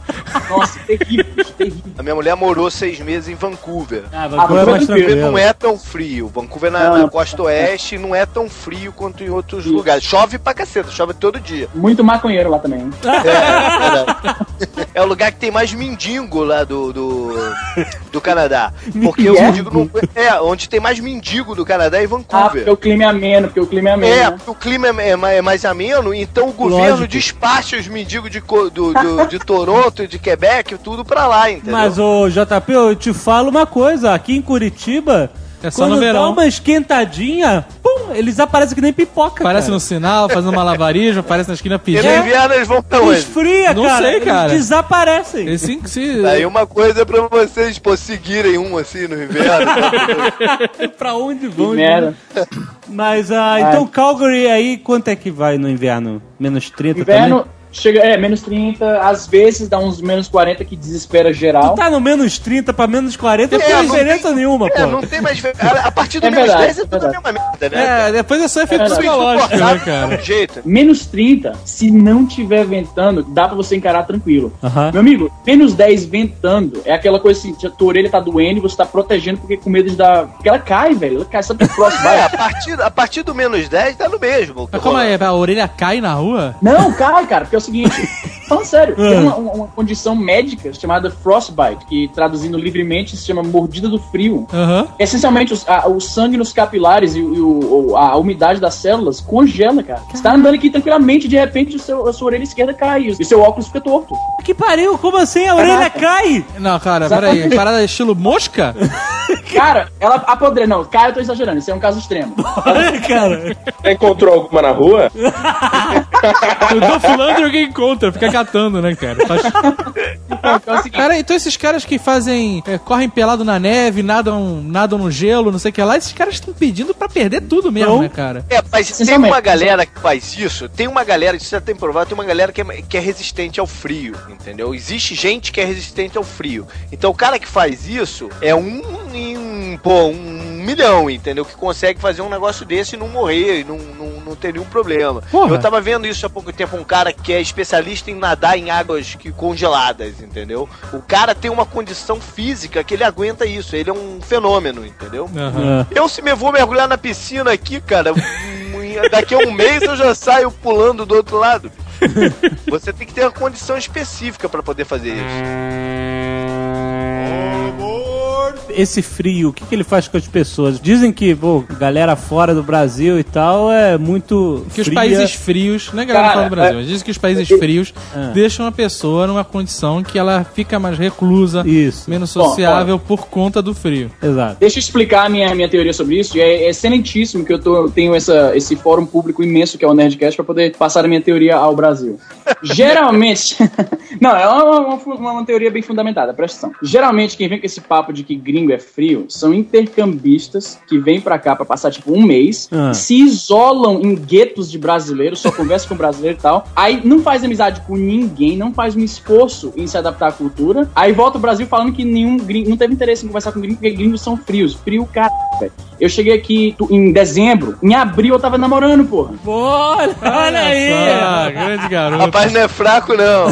Nossa, terrível, bicho, terrível. A minha mulher morou seis meses em Vancouver. Ah, Vancouver Ah, é mais Vancouver Vancouver tranquilo. não é tão frio. Vancouver na, na costa oeste não é tão frio quanto em outros lugares. Chove pra caceta, chove todo dia. Muito maconheiro lá também. É, verdade. é o lugar que tem mais mendigo lá do, do, do Canadá. Porque o mendigo não. É, onde tem mais mendigo do Canadá é em Ah, porque Vancouver. o clima é ameno, porque o clima é ameno. É, né? porque o clima é, ma- é mais ameno, então o governo Lógico. despacha os mendigos de, co- do, do- de Toronto e de Quebec, tudo pra lá, entendeu? Mas, ô JP, eu te falo uma coisa. Aqui em Curitiba, É só no quando dá verão. uma esquentadinha, pum, eles aparecem que nem pipoca, Aparece no cara. sinal, fazendo malabarismo, aparece na esquina e pedindo. no inverno eles vão pra onde? Esfria, Não cara. sei, eles cara. desaparecem. Ele sim, se... Daí uma coisa é pra vocês, pô, seguirem um assim no inverno. pra onde Que vão? merda. Mas, ah, então Calgary aí, quanto é que vai no inverno? Menos 30 Inverno também? chega, é, menos 30, às vezes dá uns menos 40 que desespera geral. Tu tá no menos 30 pra menos 40, não É, tem não diferença nenhuma, é, não pô. tem mais. A, a partir do É menos verdade, 10 é tudo a verdade. mesma merda, né? cara? É, depois é só efeito É. psicológico, né, Insuportável, cara? de um jeito. Menos 30, se não tiver ventando, dá pra você encarar tranquilo. Aham. Meu amigo, menos 10 ventando é aquela coisa assim, a tua orelha tá doendo e você tá protegendo porque com medo de dar. Porque ela cai, velho. Ela cai, sabe o próximo É, a vai. partir, a partir do menos 10 tá no mesmo. Mas como é? A orelha cai na rua? Não, cai, cara, porque é o seguinte, falando sério, tem uma, uma- uma condição médica chamada frostbite, que traduzindo livremente se chama mordida do frio. Aham. Essencialmente, os- a- o sangue nos capilares e, o- e o- o- a umidade das células congela, cara. Você tá andando aqui tranquilamente, de repente o seu, a sua orelha esquerda cai e o seu óculos fica torto. Que pariu, como assim? A orelha cai? Não, cara, peraí. Parada estilo mosca? Cara, ela apodre. Não, cara, eu tô exagerando, isso é um caso extremo. cara. Já encontrou alguma na rua? Eu dou filandro e alguém encontra. Fica catando, né, cara? Faz- Então é o seguinte, Cara, então esses caras que fazem. é, correm pelado na neve, nadam, nadam no gelo, não sei o que lá, esses caras estão pedindo pra perder tudo mesmo, Não. né, cara? É, mas tem Sinceramente. uma galera que faz isso, tem uma galera, isso já tem provado, tem uma galera que é, que é resistente ao frio, entendeu? Existe gente que é resistente ao frio. Então o cara que faz isso é um em um, pô, um milhão, entendeu? Que consegue fazer um negócio desse e não morrer, e não, não, não ter nenhum problema. Porra. Eu tava vendo isso há pouco tempo, um cara que é especialista em nadar em águas que, congeladas, entendeu? O cara tem uma condição física que ele aguenta isso, ele é um fenômeno, entendeu? Aham. Ah. Eu se me vou mergulhar na piscina aqui, cara, daqui a um mês eu já saio pulando do outro lado. Você tem que ter uma condição específica pra poder fazer Hum. isso. Esse frio, o que, que ele faz com as pessoas? Dizem que, pô, galera fora do Brasil e tal é muito. Que os fria. países frios, não é galera Cara, fora do Brasil, mas dizem que os países frios Ah. deixam a pessoa numa condição que ela fica mais reclusa, Isso, menos sociável por conta do frio. exato. Deixa eu explicar a minha, minha teoria sobre isso. E é, é excelentíssimo que eu, tô, eu tenho essa, esse fórum público imenso que é o Nerdcast para poder passar a minha teoria ao Brasil. Geralmente. não, é uma, uma, fu- uma teoria bem fundamentada, presta atenção. Geralmente, quem vem com esse papo de que gringo é frio são intercambistas que vêm pra cá pra passar tipo um mês, Ah. se isolam em guetos de brasileiros, só conversa com brasileiro e tal. Aí não faz amizade com ninguém, não faz um esforço em se adaptar à cultura. Aí volta ao Brasil falando que nenhum gringo não teve interesse em conversar com gringo, porque gringos são frios. Frio, cara. velho. Eu cheguei aqui tu- em dezembro, em abril eu tava namorando, porra. Olha, olha aí! Ah, grande garoto. Rapaz, não é fraco, não.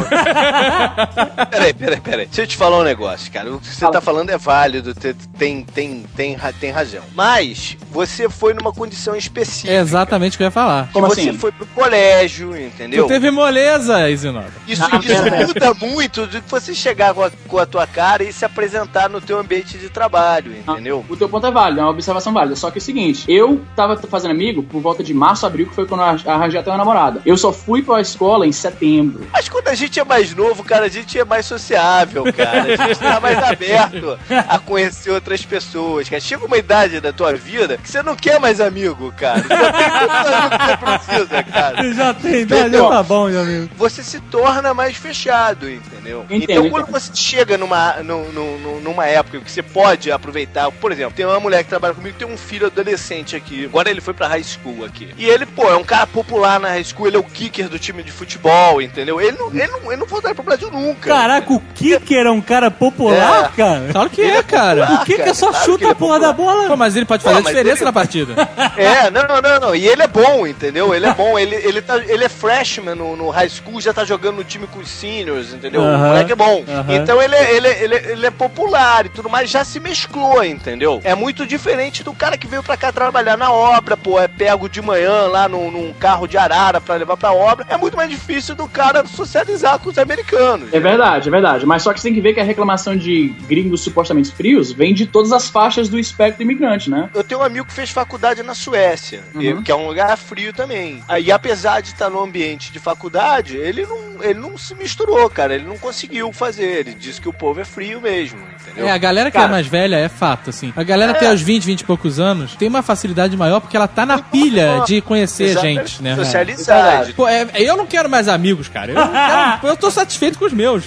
peraí, peraí, peraí. Deixa eu te falar um negócio, cara. O que você tá falando é válido, te- tem, tem, tem, ra- tem razão. Mas você foi numa condição específica. É exatamente o que eu ia falar. Como você assim? foi pro colégio, Tu entendeu? teve moleza, Isinoda. Isso, Ah, isso pera. muda muito do que você chegar com a, com a tua cara e se apresentar no teu ambiente de trabalho, entendeu? O teu ponto é válido, é uma observação válida. Só que é o seguinte, eu tava t- fazendo amigo por volta de março, abril, que foi quando eu ar- arranjei até uma namorada. Eu só fui pra escola em setembro. Mas quando a gente é mais novo, cara, a gente é mais sociável, cara. A gente tá mais aberto a conhecer outras pessoas, cara. Chega uma idade da tua vida que você não quer mais amigo, cara. Você tem tantos amigos que você precisa, cara. Já tem, já, já tá bom, meu amigo. Você se torna mais fechado, entendeu? Entendo, então, quando entendo. você chega numa, num- num- num- numa época que você pode aproveitar, por exemplo, tem uma mulher que trabalha comigo, tem um filho adolescente aqui. Agora ele foi pra high school aqui. E ele, pô, é um cara popular na high school, ele é o kicker do time de futebol, entendeu? Ele não, ele não, ele não voltaria pro Brasil nunca. Caraca, o Kicker é um cara popular, É. cara? Claro que é, cara. O Kicker só claro que chuta ele é a porra da bola? Pô, mas ele pode fazer Pô, a mas diferença ele- na partida. É, não, não, não, não. E ele é bom, entendeu? Ele é bom. Ele, ele, tá, ele é freshman no, no high school, já tá jogando no time com os seniors, entendeu? O Aham. moleque é bom. Aham. Então ele, é- ele, é- ele, é- ele é popular e tudo mais, já se mesclou, entendeu? É muito diferente do cara que veio pra cá trabalhar na obra, pô. É pego de manhã lá num, num carro de arara pra levar pra obra. É muito mais difícil do cara socializar com os americanos. É verdade, é verdade. Mas só que você tem que ver que a reclamação de gringos supostamente frios vem de todas as faixas do espectro imigrante, né? Eu tenho um amigo que fez faculdade na Suécia, Uhum. e- que é um lugar frio também. Aí, apesar de estar no ambiente de faculdade, ele não, ele não se misturou, cara. Ele não conseguiu fazer. Ele disse que o povo é frio mesmo, entendeu? É, a galera que Cara. é mais velha é fato, assim. A galera até os 20, 20 e poucos anos tem uma facilidade maior porque ela tá na pilha de conhecer Exatamente. gente, né? Socializar. Pô, é- eu não quero mais amigos, cara. Eu, não quero- eu tô satisfeito com os meus.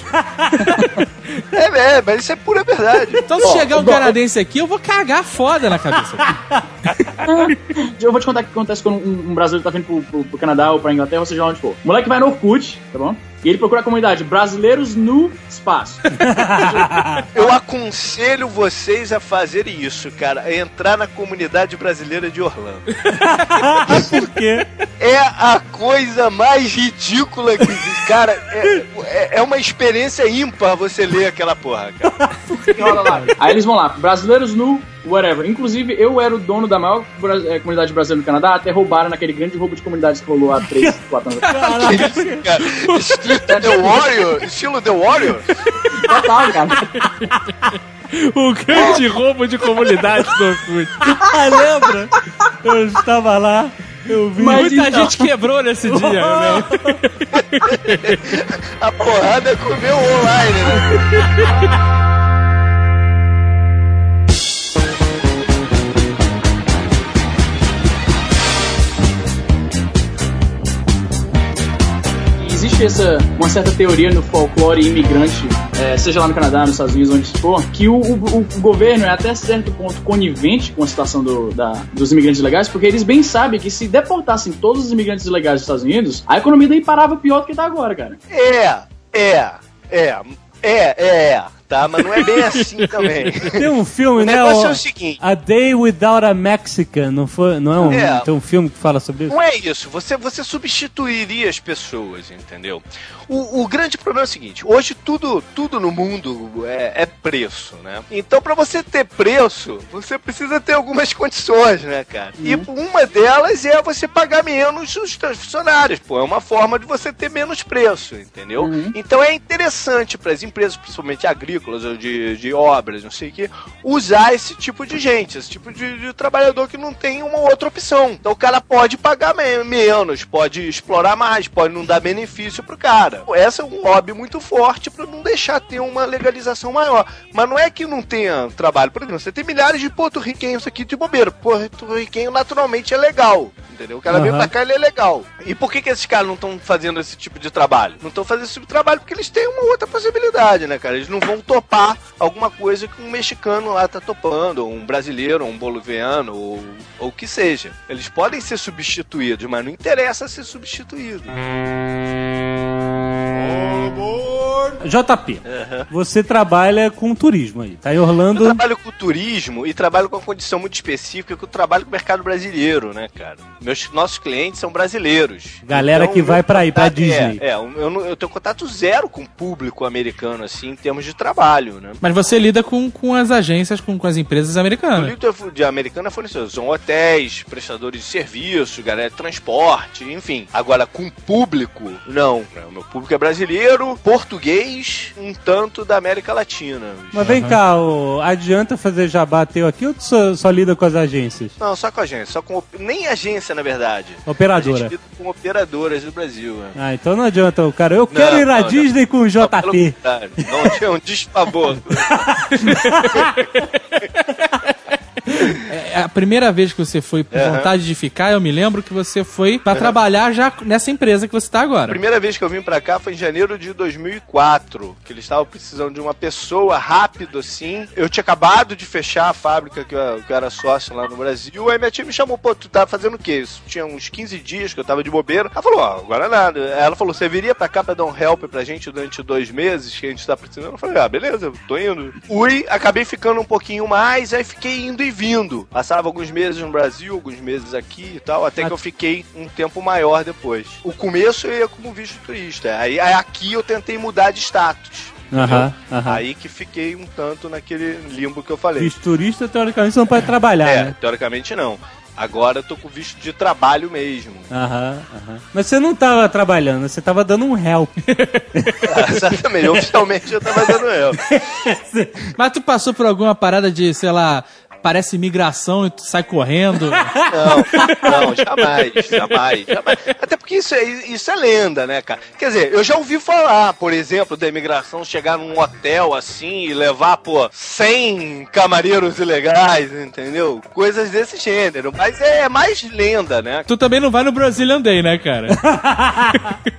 É, é, mas isso é pura verdade. Então, se chegar um canadense aqui, eu vou cagar foda na cabeça. Eu vou te contar o que acontece quando um, um brasileiro tá vindo pro, pro- pro Canadá ou pra Inglaterra, ou seja lá onde for. O moleque vai no Orkut, tá bom? E ele procura a comunidade brasileiros no espaço. Eu aconselho vocês a fazerem isso, cara. A entrar na comunidade brasileira de Orlando. Por quê? É a coisa mais ridícula que existe. Cara, é, é- é uma experiência ímpar você ler aquela porra, cara. E rola lá. Aí eles vão lá, brasileiros no whatever. Inclusive, eu era o dono da maior bra- eh, comunidade brasileira do Canadá, até roubaram naquele grande roubo de comunidades que rolou há 3, 4 anos. atrás. cara. Estilo The Warrior? Estilo The Warrior? Total, cara. O grande roubo de comunidade do Orkut. Ah, lembra? Eu estava lá, eu vi. Mas Muita então- gente quebrou nesse dia, né? A porrada é comeu online, né? Existe essa, uma certa teoria no folclore imigrante, eh, seja lá no Canadá, nos Estados Unidos, onde for, que o, o- o governo é até certo ponto conivente com a situação do- da- dos imigrantes ilegais, porque eles bem sabem que se deportassem todos os imigrantes ilegais dos Estados Unidos, a economia daí parava pior do que tá agora, cara. É, é, é, é, é. tá? Mas não é bem assim também. Tem um filme, O né? negócio é o seguinte. A Day Without a Mexican, não, foi, não é, um, É. Tem um filme que fala sobre isso? Não é isso. Você, você substituiria as pessoas, entendeu? O, o grande problema é o seguinte: hoje tudo, tudo no mundo é, é preço, né? Então, pra você ter preço, você precisa ter algumas condições, né, cara? E uma delas é você pagar menos os seus funcionários. Pô, é uma forma de você ter menos preço, entendeu? Então é interessante para as empresas, principalmente agrícolas ou de, de obras, não sei o quê, usar esse tipo de gente, esse tipo de, de trabalhador que não tem uma outra opção. Então o cara pode pagar me- menos, pode explorar mais, pode não dar benefício pro cara. Essa é um lobby muito forte para não deixar ter uma legalização maior. Mas não é que não tenha trabalho. Por exemplo, você tem milhares de porto-riquenhos aqui de bobeira. Porto-riquenho naturalmente é legal. Entendeu? O cara veio Aham. pra cá, ele é legal. E por que, que esses caras não estão fazendo esse tipo de trabalho? Não estão fazendo esse tipo de trabalho porque eles têm uma outra possibilidade, né, cara? Eles não vão topar alguma coisa que um mexicano lá tá topando, ou um brasileiro, ou um boliviano, ou ou o que seja. Eles podem ser substituídos, mas não interessa ser substituído. JP, você trabalha com turismo aí, tá em Eu Orlando. trabalho com turismo e trabalho com uma condição muito específica que eu trabalho com o mercado brasileiro, né, cara? Meus, nossos clientes são brasileiros. Galera que meu vai pra aí, pra contato- Disney. É, é, eu, não- eu tenho contato zero com o público americano, assim, em termos de trabalho, né? Mas você lida com, com as agências, com, com as empresas O americanas. livro de americana fornecedores são hotéis, prestadores de serviço, galera de transporte, enfim. Agora, com público, não. O meu público é brasileiro, português, um tanto da América Latina. Mas vem cá, ô, adianta fazer jabá teu aqui ou tu só, só lida com as agências? Não, só com agência, só com. op- Nem agência, na verdade. A Operadora. gente lida com operadoras do Brasil. Né? Ah, então não adianta o cara. Eu quero ir à não, Tá Disney com o JP. Não, pelo contrário. Não tinha um desfavor. É, a primeira vez que você foi por vontade de ficar, eu me lembro que você foi pra trabalhar já nessa empresa que você tá A agora. primeira vez que eu vim pra cá foi em janeiro de 2004, que eles estavam precisando de uma pessoa rápido assim. Eu tinha acabado de fechar a fábrica que eu, que eu era sócio lá no Brasil, aí minha tia me chamou, pô, tu tá fazendo o quê? Isso tinha uns 15 dias que eu tava de bobeira. Ela falou, ó, agora nada. Ela falou, você viria pra cá pra dar um help pra gente durante dois meses que a gente tá precisando? Eu falei, ah, beleza, eu tô indo. Fui, acabei ficando um pouquinho mais, aí fiquei indo e vindo. Passava alguns meses no Brasil, alguns meses aqui e tal, até que eu fiquei um tempo maior depois. O começo eu ia como visto turista, aí, aí aqui eu tentei mudar de status. Aham, aham. Aí que fiquei um tanto naquele limbo que eu falei. Visto turista, teoricamente, você não pode trabalhar, é, né? teoricamente não. Agora eu tô com visto de trabalho mesmo. Aham, aham. Mas você não tava trabalhando, você tava dando um help. Exatamente, oficialmente eu tava dando eu. Mas tu passou por alguma parada de, sei lá, parece imigração e tu sai correndo. Não, não, jamais, jamais, jamais. Até porque isso é, isso é lenda, né, cara? Quer dizer, eu já ouvi falar, por exemplo, da imigração chegar num hotel assim e levar, pô, 100 camareiros ilegais, entendeu? Coisas desse gênero. Mas é, mais lenda, né? tu também não vai no Brazilian Day, né, cara?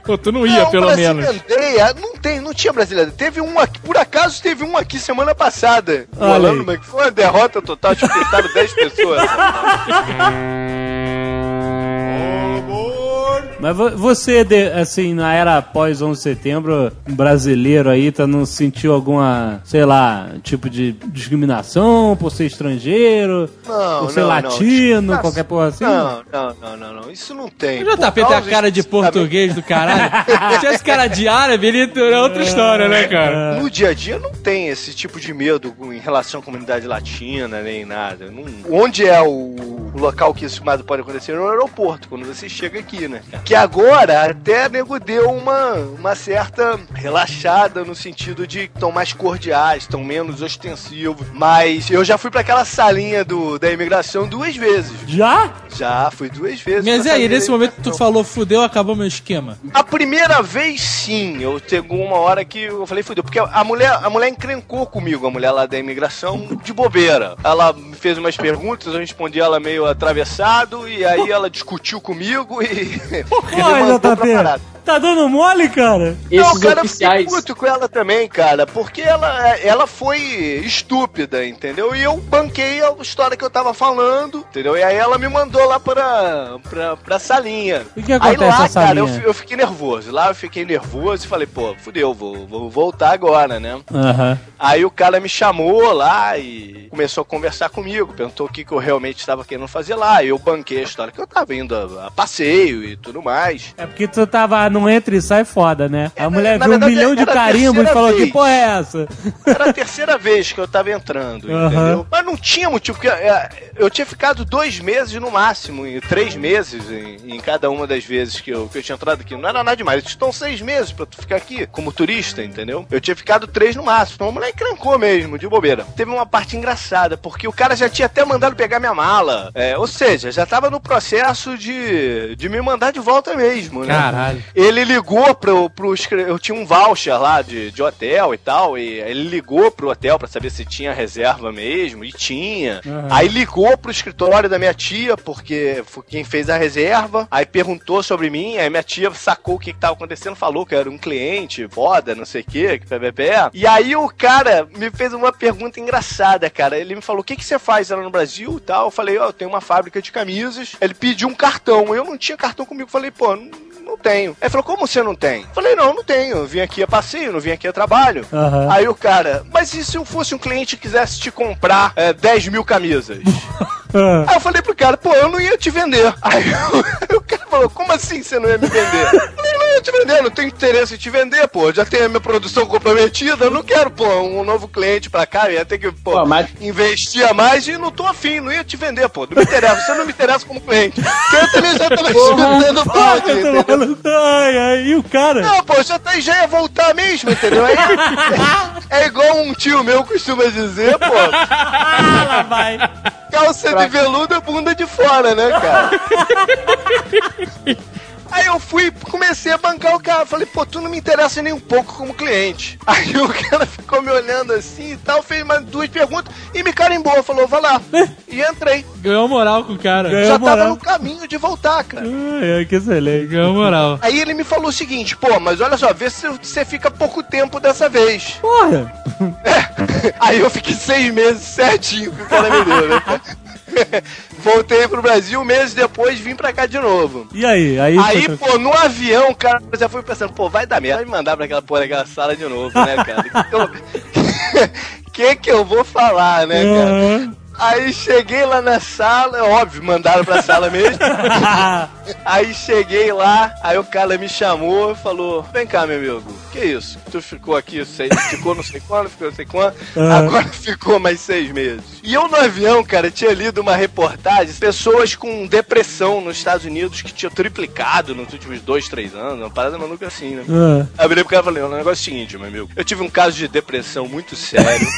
Ou tu não ia, Não, pelo Brasília menos. Andeia, não tem, não tinha brasileira. Teve um aqui, por acaso teve um aqui semana passada. Olha aí. Rolando, mas foi uma derrota total, chutaram 10 pessoas. Mas vo- você, de- assim, na era após 11 de setembro, um brasileiro aí, tá, não sentiu alguma, sei lá, tipo de discriminação por ser estrangeiro, Não, por ser não, não. latino, Discriminação. qualquer porra assim? Não, não, não, não, não. Isso não tem. O JP tem tá a cara de português do caralho. Se tivesse cara de árabe, ele era outra história, né, É. cara? No dia a dia não tem esse tipo de medo em relação à comunidade latina, nem nada. Não- Onde é o o local que isso mais pode acontecer? É No aeroporto, quando você chega aqui, né? Que agora até nego deu uma, uma certa relaxada no sentido de que estão mais cordiais, estão menos ostensivos. Mas eu já fui pra aquela salinha do, da imigração duas vezes. Já? Tá Já fui duas vezes. Mas pra e aí, salinha da né? nesse momento tu imigração. falou, fudeu, acabou meu esquema. A primeira vez, sim. Eu chegou uma hora que eu falei, fudeu. Porque a mulher, a mulher encrencou comigo, a mulher lá da imigração, de bobeira. Ela me fez umas perguntas, eu respondi ela meio atravessado, e aí ela discutiu comigo e. e me Olha, mandou pra JP, parada. Tá dando mole, cara? Esses não, cara, eu oficiais. fiquei puto com ela também, cara, porque ela, é, ela foi estúpida, entendeu? E eu banquei a história que eu tava falando, entendeu? E aí ela me mandou lá pra, pra, pra salinha. O que acontece aí lá, nessa cara, eu, salinha? fi- eu fiquei nervoso. Lá eu fiquei nervoso e falei, pô, fudeu, vou, vou voltar agora, né? Aham. Aí o cara me chamou lá e começou a conversar comigo, perguntou o que, que eu realmente estava querendo fazer lá. Eu banquei a história que eu tava indo a, a passeio e tudo mais. É porque tu tava não entra e sai foda, né? A É, mulher na viu um verdade, milhão de era a carimbos e terceira falou: vez. que porra é essa? Era a terceira vez que eu tava entrando, Aham. entendeu? Mas não tinha motivo, porque é, eu tinha ficado dois meses no máximo, em- três meses em, em cada uma das vezes que eu, que eu tinha entrado aqui. Não era nada demais. Estão seis meses pra tu ficar aqui como turista, entendeu? Eu tinha ficado três no máximo. Então a mulher encrancou mesmo, de bobeira. Teve uma parte engraçada, porque o cara já tinha até mandado pegar minha mala. É, ou seja, já tava no processo de, de me mandar de volta mesmo, né? Caralho. Ele ligou pro, pro. escre- Eu tinha um voucher lá de, de hotel e tal. E ele ligou pro hotel pra saber se tinha reserva mesmo. E tinha. Aí ligou pro escritório da minha tia, porque foi quem fez a reserva. Aí perguntou sobre mim. Aí minha tia sacou o que, que tava acontecendo. Falou que eu era um cliente, foda, não sei o quê, que, pé. E aí o cara me fez uma pergunta engraçada, cara. Ele me falou: o que, que você faz lá no Brasil e tal? Eu falei: ó, eu tenho uma fábrica de camisas. Ele pediu um cartão. Eu não tinha cartão comigo. Falei: pô, não não tenho. Aí falou, como você não tem? Falei, não, não tenho. Eu vim aqui a passeio, não vim aqui a trabalho. Aham. Aí o cara, mas e se eu fosse um cliente que quisesse te comprar é, 10 mil camisas? Ah. Aí eu falei pro cara, pô, eu não ia te vender. Aí o- o cara falou, como assim você não ia me vender? Eu falei, não ia te vender, não tenho interesse em te vender, pô. Eu Já tenho a minha produção comprometida, eu não quero, pô, um novo cliente pra cá, eu ia ter que, pô, Pô, mas- investir a mais e não tô afim, não ia te vender, pô. Não me interessa, você não me interessa como cliente. Porque eu também já tava vendendo Ai, parte, eu entendeu? tô maluco. Ai, ai, e o cara? Não, pô, já, tá, já ia voltar mesmo, entendeu? É, é igual um tio meu costuma dizer, pô. Ah, lá vai. Calça de veludo é bunda de fora, né, cara? Aí eu fui e comecei a bancar o cara. Falei, pô, tu não me interessa nem um pouco como cliente. Aí o cara ficou me olhando assim e tal, fez mais duas perguntas e me carimbou. Falou, vai lá. E entrei. Ganhou moral com o cara. Ganhou Já tava moral. no caminho de voltar, cara. Ai, ai, que excelente. Ganhou moral. Aí ele me falou o seguinte, pô, mas olha só, vê se você fica pouco tempo dessa vez. É. Porra! Aí eu fiquei seis meses certinho que o cara me deu, né? Voltei pro Brasil, meses depois vim pra cá de novo. E aí? Aí, Aí, pô, no avião, cara, eu já fui pensando, pô, vai dar merda, vai me mandar pra aquela porra daquela sala de novo, né, cara? O que que eu vou falar, né, cara? Aham. Aí cheguei lá na sala, é óbvio, mandaram pra sala mesmo. Aí cheguei lá, aí o cara me chamou e falou: Vem cá, meu amigo, que isso? Tu ficou aqui, sei, ficou não sei quando, ficou não sei quando, Ah. agora ficou mais seis meses. E eu no avião, cara, tinha lido uma reportagem: pessoas com depressão nos Estados Unidos que tinha triplicado nos últimos dois, três anos, uma parada maluca assim, né? Ah. Aí eu virei pro cara e falei: O negócio é o seguinte, meu amigo, eu tive um caso de depressão muito sério.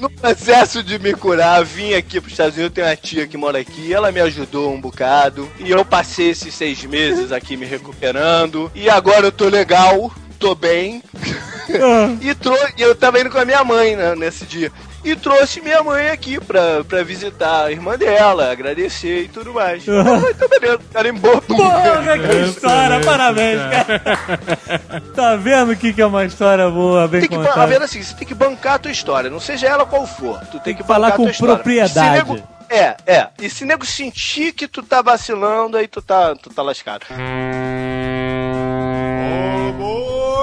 no processo de me curar, vim aqui pros Estados Unidos, eu tenho uma tia que mora aqui, ela me ajudou um bocado, e eu passei esses seis meses aqui me recuperando, e agora eu tô legal, tô bem, e trouxe, eu tava indo com a minha mãe né, nesse dia, e trouxe minha mãe aqui pra, pra visitar a irmã dela, agradecer e tudo mais. Então beleza, cara em boa. Porra, que história! Parabéns, cara! Tá vendo o que, que é uma história boa, bem Tem que, contada? a verdade é assim, você tem que bancar a tua história, não seja ela qual for. Tu tem, Tem que, que falar bancar a com tua história. propriedade. Se nego- é, é. E se nego sentir que tu tá vacilando, aí tu tá, tu tá lascado.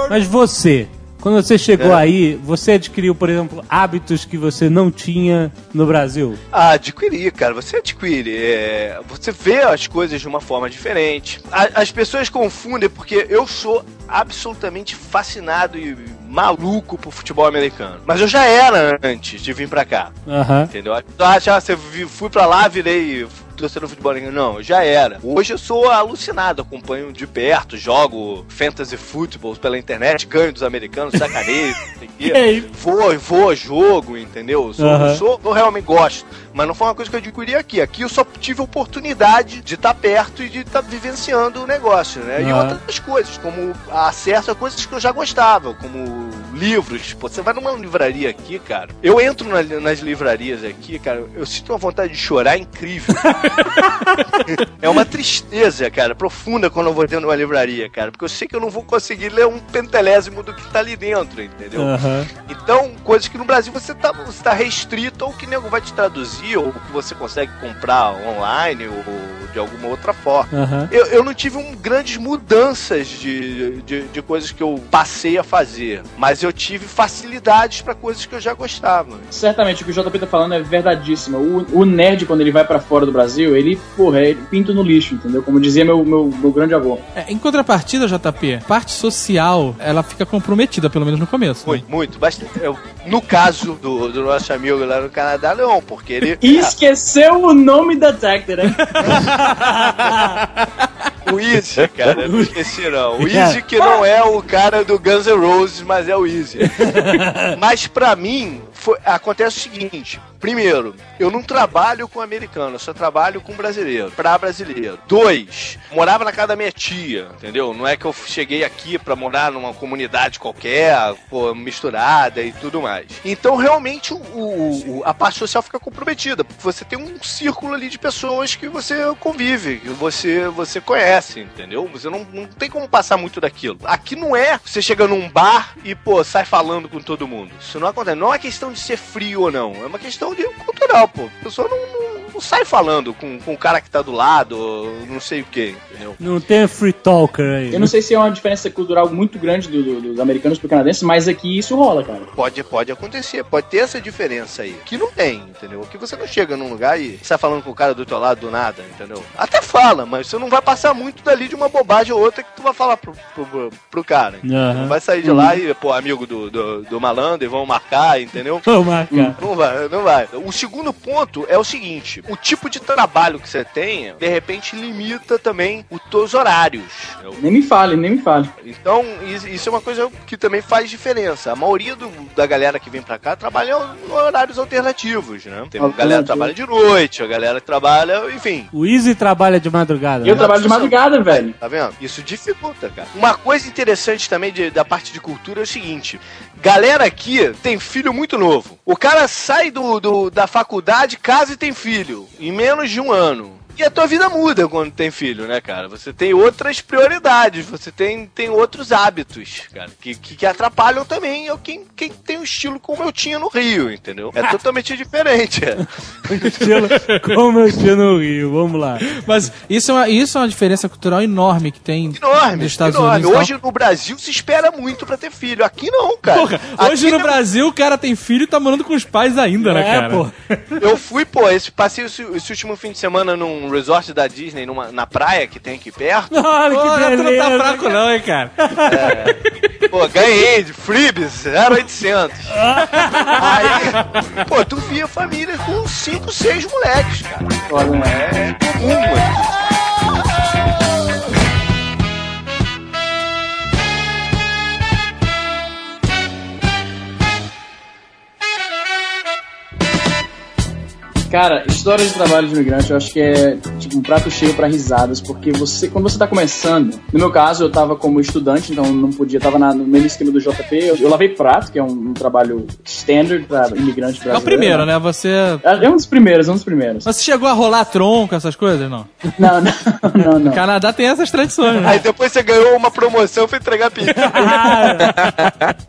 Mas você, quando você chegou aí, você adquiriu, por exemplo, hábitos que você não tinha no Brasil? Ah, adquirir, cara. Você adquire. é, você vê as coisas de uma forma diferente. A- as pessoas confundem porque eu sou absolutamente fascinado e maluco por futebol americano. Mas eu já era antes de vir pra cá. Aham. Entendeu? Tu acha, ah, você vi- fui pra lá, virei torcedor de futebol. americano. Não, já era. Hoje eu sou alucinado, acompanho de perto, jogo fantasy football pela internet, ganho dos americanos, sacaneio, não sei o quê. Vou, vou, a jogo, entendeu? Eu Sou, Aham. eu sou- eu realmente gosto. Mas não foi uma coisa que eu adquiri aqui. Aqui eu só tive a oportunidade de estar perto e de estar vivenciando o negócio, né? E Aham. outras coisas, como acesso a coisas que eu já gostava, como livros. Pô, você vai numa livraria aqui, cara. Eu entro na- nas livrarias aqui, cara, eu sinto uma vontade de chorar incrível. É uma tristeza, cara, profunda quando eu vou dentro de uma livraria, cara. Porque eu sei que eu não vou conseguir ler um pentelésimo do que tá ali dentro, entendeu? Aham. Então, coisas que no Brasil você tá, você tá restrito ao que o nego vai te traduzir, ou que você consegue comprar online, ou, ou de alguma outra forma. Aham. Eu, eu não tive um, grandes mudanças de, de, de coisas que eu passei a fazer, mas eu tive facilidades pra coisas que eu já gostava. Certamente, o que o JP tá falando é verdadeíssimo. O, o nerd, quando ele vai pra fora do Brasil, ele, porra, ele pinta no lixo, entendeu? Como dizia meu, meu, meu grande avô. É, em contrapartida, JP, parte social, ela fica comprometida, pelo menos no começo. né? Muito, muito. Bastante. Eu- no caso do, do nosso amigo lá no Canadá, não, porque ele. E esqueceu o nome da né? Tactor, hein? O Easy, cara, não esqueci não. O Easy que não é o cara do Guns N' Roses, mas é o Easy. Mas pra mim, foi- acontece o seguinte. Primeiro, eu não trabalho com americano, eu só trabalho com brasileiro, pra brasileiro. Dois, morava na casa da minha tia, entendeu? Não é que eu cheguei aqui pra morar numa comunidade qualquer, pô, misturada e tudo mais. Então, realmente, o- o- o- a parte social fica comprometida. porque Você tem um círculo ali de pessoas que você convive, que você, você conhece, entendeu? Você não, não tem como passar muito daquilo. Aqui não é você chega num bar e, pô, sai falando com todo mundo. Isso não acontece. Não é questão de ser frio ou não. É uma questão de cultural, pô. A pessoa não, não- não sai falando com, com o cara que tá do lado, ou não sei o quê, entendeu? Não tem free talker aí. Eu não sei se é uma diferença cultural muito grande do- do- dos americanos pro canadense, mas aqui isso rola, cara. Pode, pode acontecer, pode ter essa diferença aí. Que não tem, entendeu? Que você não chega num lugar e sai falando com o cara do teu lado do nada, entendeu? Até fala, mas você não vai passar muito dali de uma bobagem ou outra que tu vai falar pro, pro, pro- pro cara. entendeu? Aham. Não vai sair de lá e, pô, amigo do, do, do malandro e vão marcar, entendeu? Ô, Marca. Não vai, não vai. O segundo ponto é o seguinte: o tipo de trabalho que você tem, de repente, limita também os teus horários. entendeu? Nem me fale, nem me fale. Então, is- isso é uma coisa que também faz diferença. A maioria do- da galera que vem pra cá trabalha em horários alternativos, né? Tem a galera que trabalha de noite, a galera que trabalha, enfim. O Easy trabalha de madrugada. E eu né? trabalho de madrugada, velho. Tá vendo? Isso dificulta, cara. Uma coisa interessante também de- da parte de cultura é o seguinte: galera aqui tem filho muito novo. O cara sai do, do- da faculdade, casa e tem filho, em menos de um ano. E a tua vida muda quando tem filho, né, cara? Você tem outras prioridades, você tem, tem outros hábitos, cara, que, que, que atrapalham também eu, quem, quem tem um estilo como eu tinha no Rio, entendeu? É totalmente diferente. é. Estilo- Como eu tinha no Rio, vamos lá. Mas isso é, uma, isso é uma diferença cultural enorme que tem Enorme, nos Estados enorme. Unidos. tá? e tal. Hoje no Brasil se espera muito pra ter filho. Aqui não, cara. Porra, hoje Aqui no não- Brasil o cara tem filho e tá morando com os pais ainda, né, É, cara? pô. Eu fui, pô, esse, passei esse, esse último fim de semana num resort da Disney, numa, na praia que tem aqui perto. Olha Pô, que tu não beleza. tá fraco não, hein, cara? Pô, ganhei de freebies, era 800. Aí, pô, tu via família com 5, 6 moleques, cara. Olha, né? É comum, mano. Cara, história de trabalho de imigrante eu acho que é tipo um prato cheio pra risadas, porque você, quando você tá começando, no meu caso eu tava como estudante, então não podia, tava na- no mesmo esquema do JP, eu, eu lavei prato, que é um, um trabalho standard pra imigrante brasileiro. É o primeiro, né? Você. É é um dos primeiros, é um dos primeiros. Mas Você chegou a rolar tronco, essas coisas? Não. Não, não, não, não. O Canadá tem essas tradições, né? Aí depois você ganhou uma promoção pra entregar pizza.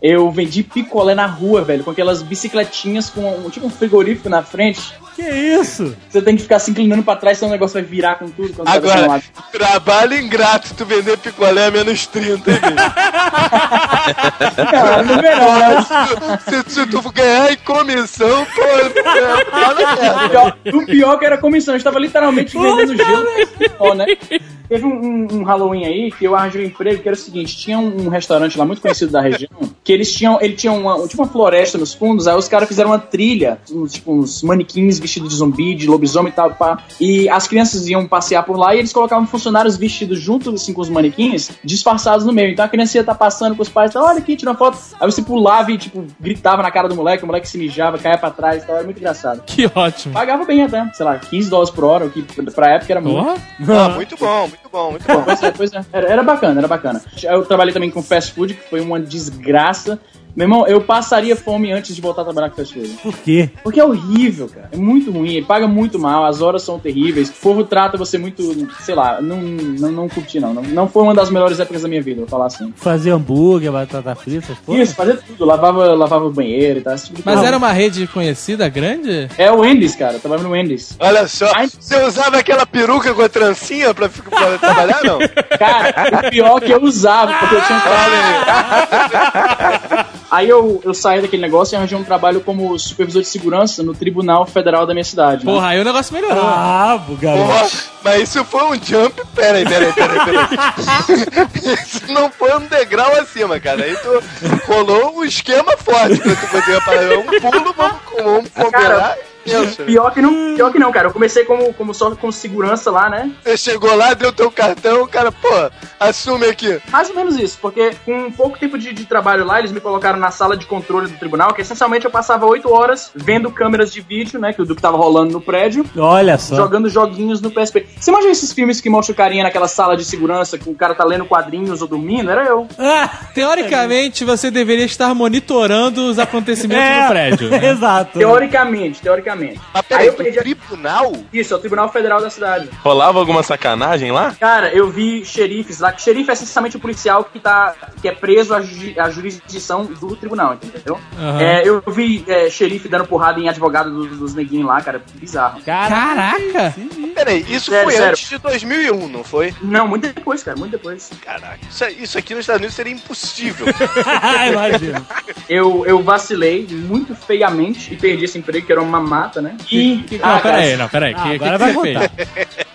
Eu vendi picolé na rua, velho, com aquelas bicicletinhas com um- tipo um frigorífico na frente. Que isso? Você tem que ficar se inclinando pra trás, senão o negócio vai virar com tudo. Quando você vai pra um Agora, lado. trabalho ingrato, tu vender picolé a menos 30, hein, bicho? Cara, não é não, né? se, se tu ganhar em comissão, pô, é, fala merda. O pior- O pior que era a comissão, a gente tava literalmente vendendo gelo. Ó, né? Teve um, um- um Halloween aí que eu arranjei um emprego que era o seguinte: tinha um, um restaurante lá muito conhecido da região, que eles tinham. Ele tinha uma, tipo uma floresta nos fundos, aí os caras fizeram uma trilha, uns, tipo uns manequins vestidos de zumbi, de lobisomem e tal, pá. E as crianças iam passear por lá e eles colocavam funcionários vestidos junto assim, com os manequins, disfarçados no meio. Então a criança ia tá passando com os pais, tá, olha aqui, tira uma foto. Aí você pulava e, tipo, gritava na cara do moleque, o moleque se mijava, caía pra trás e tal, era muito engraçado. Que ótimo. Pagava bem até, sei lá, 15 dólares por hora, o que pra época era muito. Porra. Ah, muito bom, muito bom, muito bom. Pois é, pois é. Era, era bacana, era bacana. Eu trabalhei também com fast food, que foi uma desgraça. Meu irmão, eu passaria fome antes de voltar a trabalhar com essas coisas. Por quê? Porque é horrível, cara. É muito ruim, ele paga muito mal, as horas são terríveis, o povo trata você muito, sei lá, não, não, não curti, não. não. Não foi uma das melhores épocas da minha vida, vou falar assim. Fazer hambúrguer, batata frita, essas porra. Isso, fazia tudo, lavava, lavava o banheiro e tal, esse tipo de Mas coisa. era uma rede conhecida, grande? É o Wendy's, cara, eu trabalhava no Wendy's. Olha só, Ai. você usava aquela peruca com a trancinha pra, fi- pra trabalhar, não? Cara, o pior que eu usava, porque eu tinha um trabalho. Aí eu, eu saí daquele negócio e arranjei um trabalho como supervisor de segurança no Tribunal Federal da minha cidade. né? Porra, aí o negócio melhorou. Ah. Brabo, garoto. Porra, mas isso foi um jump. Peraí, peraí, peraí, peraí. isso não foi um degrau acima, cara. Aí tu rolou um esquema forte pra tu poder parar. Um pulo, um vamos, vamos combinar. Isso. Pior que não, pior que não, cara. Eu comecei como, como só como segurança lá, né? Você chegou lá, deu teu cartão, o cara, pô, assume aqui. Mais ou menos isso, porque com um pouco tempo de, de trabalho lá, eles me colocaram na sala de controle do tribunal, que essencialmente eu passava oito horas vendo câmeras de vídeo, né? Que, do que tava rolando no prédio. Olha só. Jogando joguinhos no PSP. Você imagina esses filmes que mostram o carinha naquela sala de segurança, que o cara tá lendo quadrinhos ou dormindo? Era eu. Ah, Teoricamente, você deveria estar monitorando os acontecimentos É. no prédio. né? Exato. Teoricamente, Mas teoricamente. Aí Ah, peraí, eu do perdi a- tribunal? Isso, é o Tribunal Federal da cidade. Rolava alguma sacanagem lá? Cara, eu vi xerifes lá. que Xerife é essencialmente o policial que, tá, que é preso à, ju- à jurisdição do tribunal, entendeu? Aham. É, eu vi é, xerife dando porrada em advogado dos, dos neguinhos lá, cara. Bizarro. Caraca! Peraí, isso Sério, foi sério. antes de 2001, não foi? Não, muito depois, cara, muito depois. Caraca, isso, é- isso aqui nos Estados Unidos seria impossível. Imagina. Eu, eu vacilei muito feiamente e perdi esse emprego, que era uma mata, né? E. Que- ah, cara, não, peraí, não, peraí. Ah, agora que, que, que vai você fez? contar.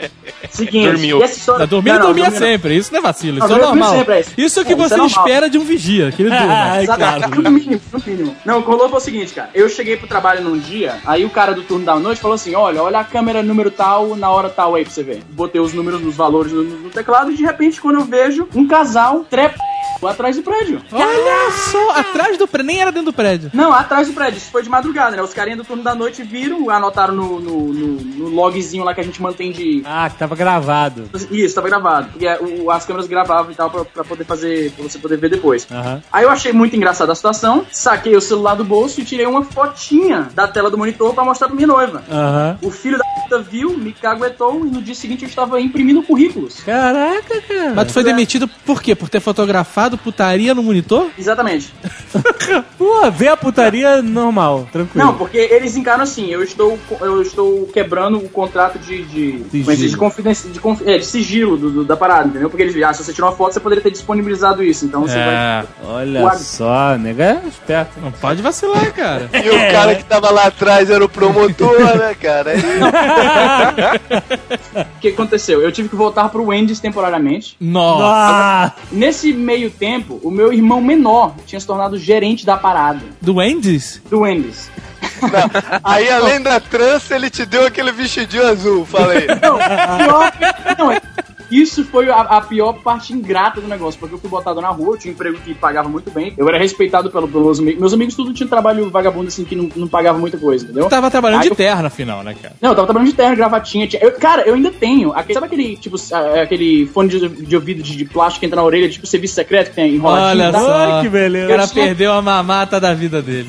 Seguinte, Dormiu. e essa história- Não, dormir, Não, não, dormia dormir não. sempre. Isso não é vacilo, Não, isso é dormir normal. sempre é isso. Isso é o que Não, isso você é normal. espera de um vigia, que ele durma. Ah, é Exatamente, no claro. mínimo, no mínimo. Não, o que rolou foi o seguinte, cara. Eu cheguei pro trabalho num dia, aí o cara do turno da noite falou assim: olha, olha a câmera número tal, na hora tal aí pra você ver. Botei os números, os valores no, no teclado, e de repente, quando eu vejo, um casal trepa atrás do prédio. Olha só, atrás do prédio. Nem era dentro do prédio. Não, atrás do prédio. Isso foi de madrugada, né? Os carinhas do turno da noite viram, anotaram no, no, no- no logzinho lá que a gente mantém de. Ah, que tava gravado. Isso, tava gravado. Porque é, o- as câmeras gravavam e tal pra, pra poder fazer. pra você poder ver depois. Aham. Aí eu achei muito engraçada a situação, saquei o celular do bolso e tirei uma fotinha da tela do monitor pra mostrar pra minha noiva. Aham. O filho da puta viu, me caguetou e no dia seguinte eu estava imprimindo currículos. Caraca, cara. Mas tu é. foi demitido por quê? Por ter fotografado putaria no monitor? É Exatamente. Pô, vê a putaria normal, tranquilo. Não, porque eles encaram assim, eu estou, eu estou quebrando o contrato de, de, Sigilo. como é que diz? de, confidenci- de conf- é, de sigilo do- do- da parada, entendeu? Porque eles viram, ah, se você tirou uma foto, você poderia ter disponibilizado isso, então É. você vai... Olha Ué. só, nega, é esperto. É, Não pode vacilar, cara. E o cara que tava lá atrás era o promotor, né, cara? O que aconteceu? Eu tive que voltar pro Wendy's temporariamente, Nossa. Ah, Nesse meio tempo, o meu irmão menor tinha se tornado gerente da parada, Do Andes? do Wendy's. Aí, além da trança, ele te deu aquele vestidinho azul, fala aí. Não, é pior, não, isso foi a, a pior parte ingrata do negócio, porque eu fui botado na rua, eu tinha um emprego que pagava muito bem, eu era respeitado pelo, pelos amigos. Meus amigos tudo tinha trabalho vagabundo, assim, que não, não pagava muita coisa, entendeu? Tu tava trabalhando Aí de eu- terra, afinal, né, cara? Não, eu tava trabalhando de terno, gravatinha. tinha- eu- cara, eu ainda tenho. aquele- sabe aquele, tipo, a- aquele fone de, de ouvido de, de plástico que entra na orelha, tipo serviço secreto que tem enroladinho? Olha e tal? só. que O beleza. cara perdeu a mamata da vida dele.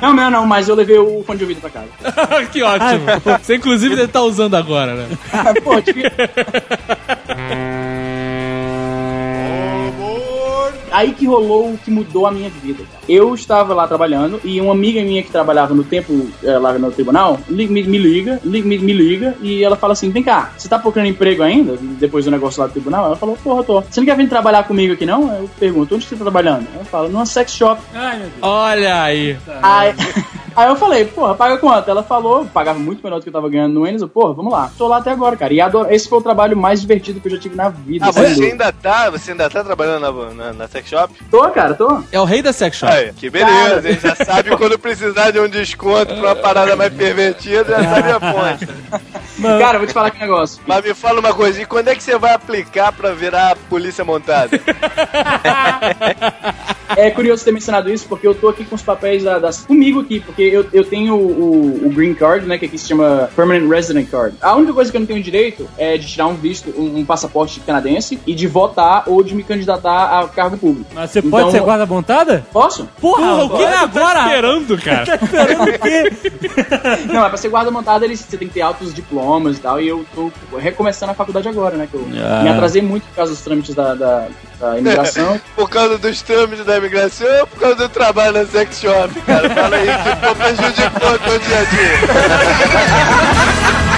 Não, não, não, mas eu levei o fone de ouvido pra casa. que ótimo. Ah, Você, inclusive, deve estar usando agora, né? Pô, eu tive- Aí que rolou o que mudou a minha vida. cara. Eu estava lá trabalhando e uma amiga minha que trabalhava no tempo eh, lá no tribunal li- me, me liga, li- me, me liga e ela fala assim: Vem cá, você tá procurando emprego ainda? Depois do negócio lá do tribunal? Ela falou: Porra, tô. Você não quer vir trabalhar comigo aqui não? Eu pergunto: Onde você tá trabalhando? Ela fala: Numa sex shop. Ai, meu Deus. Olha aí. Ah, é. Aí, aí eu falei, porra, paga quanto? Ela falou, pagava muito melhor do que eu tava ganhando no Enes. Eu, porra, vamos lá. Tô lá até agora, cara. E adoro, esse foi o trabalho mais divertido que eu já tive na vida. Ah, sem você dúvida. ainda tá, você ainda tá trabalhando na, na, na sex shop? Tô, cara, tô. É o rei da sex shop. Aí, que beleza, hein? Já sabe quando precisar de um desconto pra uma parada mais pervertida, já sabe a fonte. Cara, eu vou te falar que negócio. Mas me fala uma coisa, e quando é que você vai aplicar pra virar polícia montada? É curioso ter mencionado isso, porque eu tô aqui com os papéis da- das. comigo aqui, porque eu, eu tenho o, o Green Card, né? Que aqui se chama Permanent Resident Card. A única coisa que eu não tenho direito é de tirar um visto, um, um passaporte canadense e de votar ou de me candidatar a cargo público. Mas você pode Então- ser guarda montada? Posso? Porra, o que agora tu agora? Tá esperando, cara. Tá esperando o quê? Não, é pra ser guarda montada, eles- você tem que ter altos diplomas e tal, e eu tô recomeçando a faculdade agora, né? Que eu Ah. me atrasei muito por causa dos trâmites da, da, da imigração. Por causa dos trâmites da imigração ou por causa do trabalho na sex shop, cara? Fala aí que pô, prejudicou o teu dia a dia.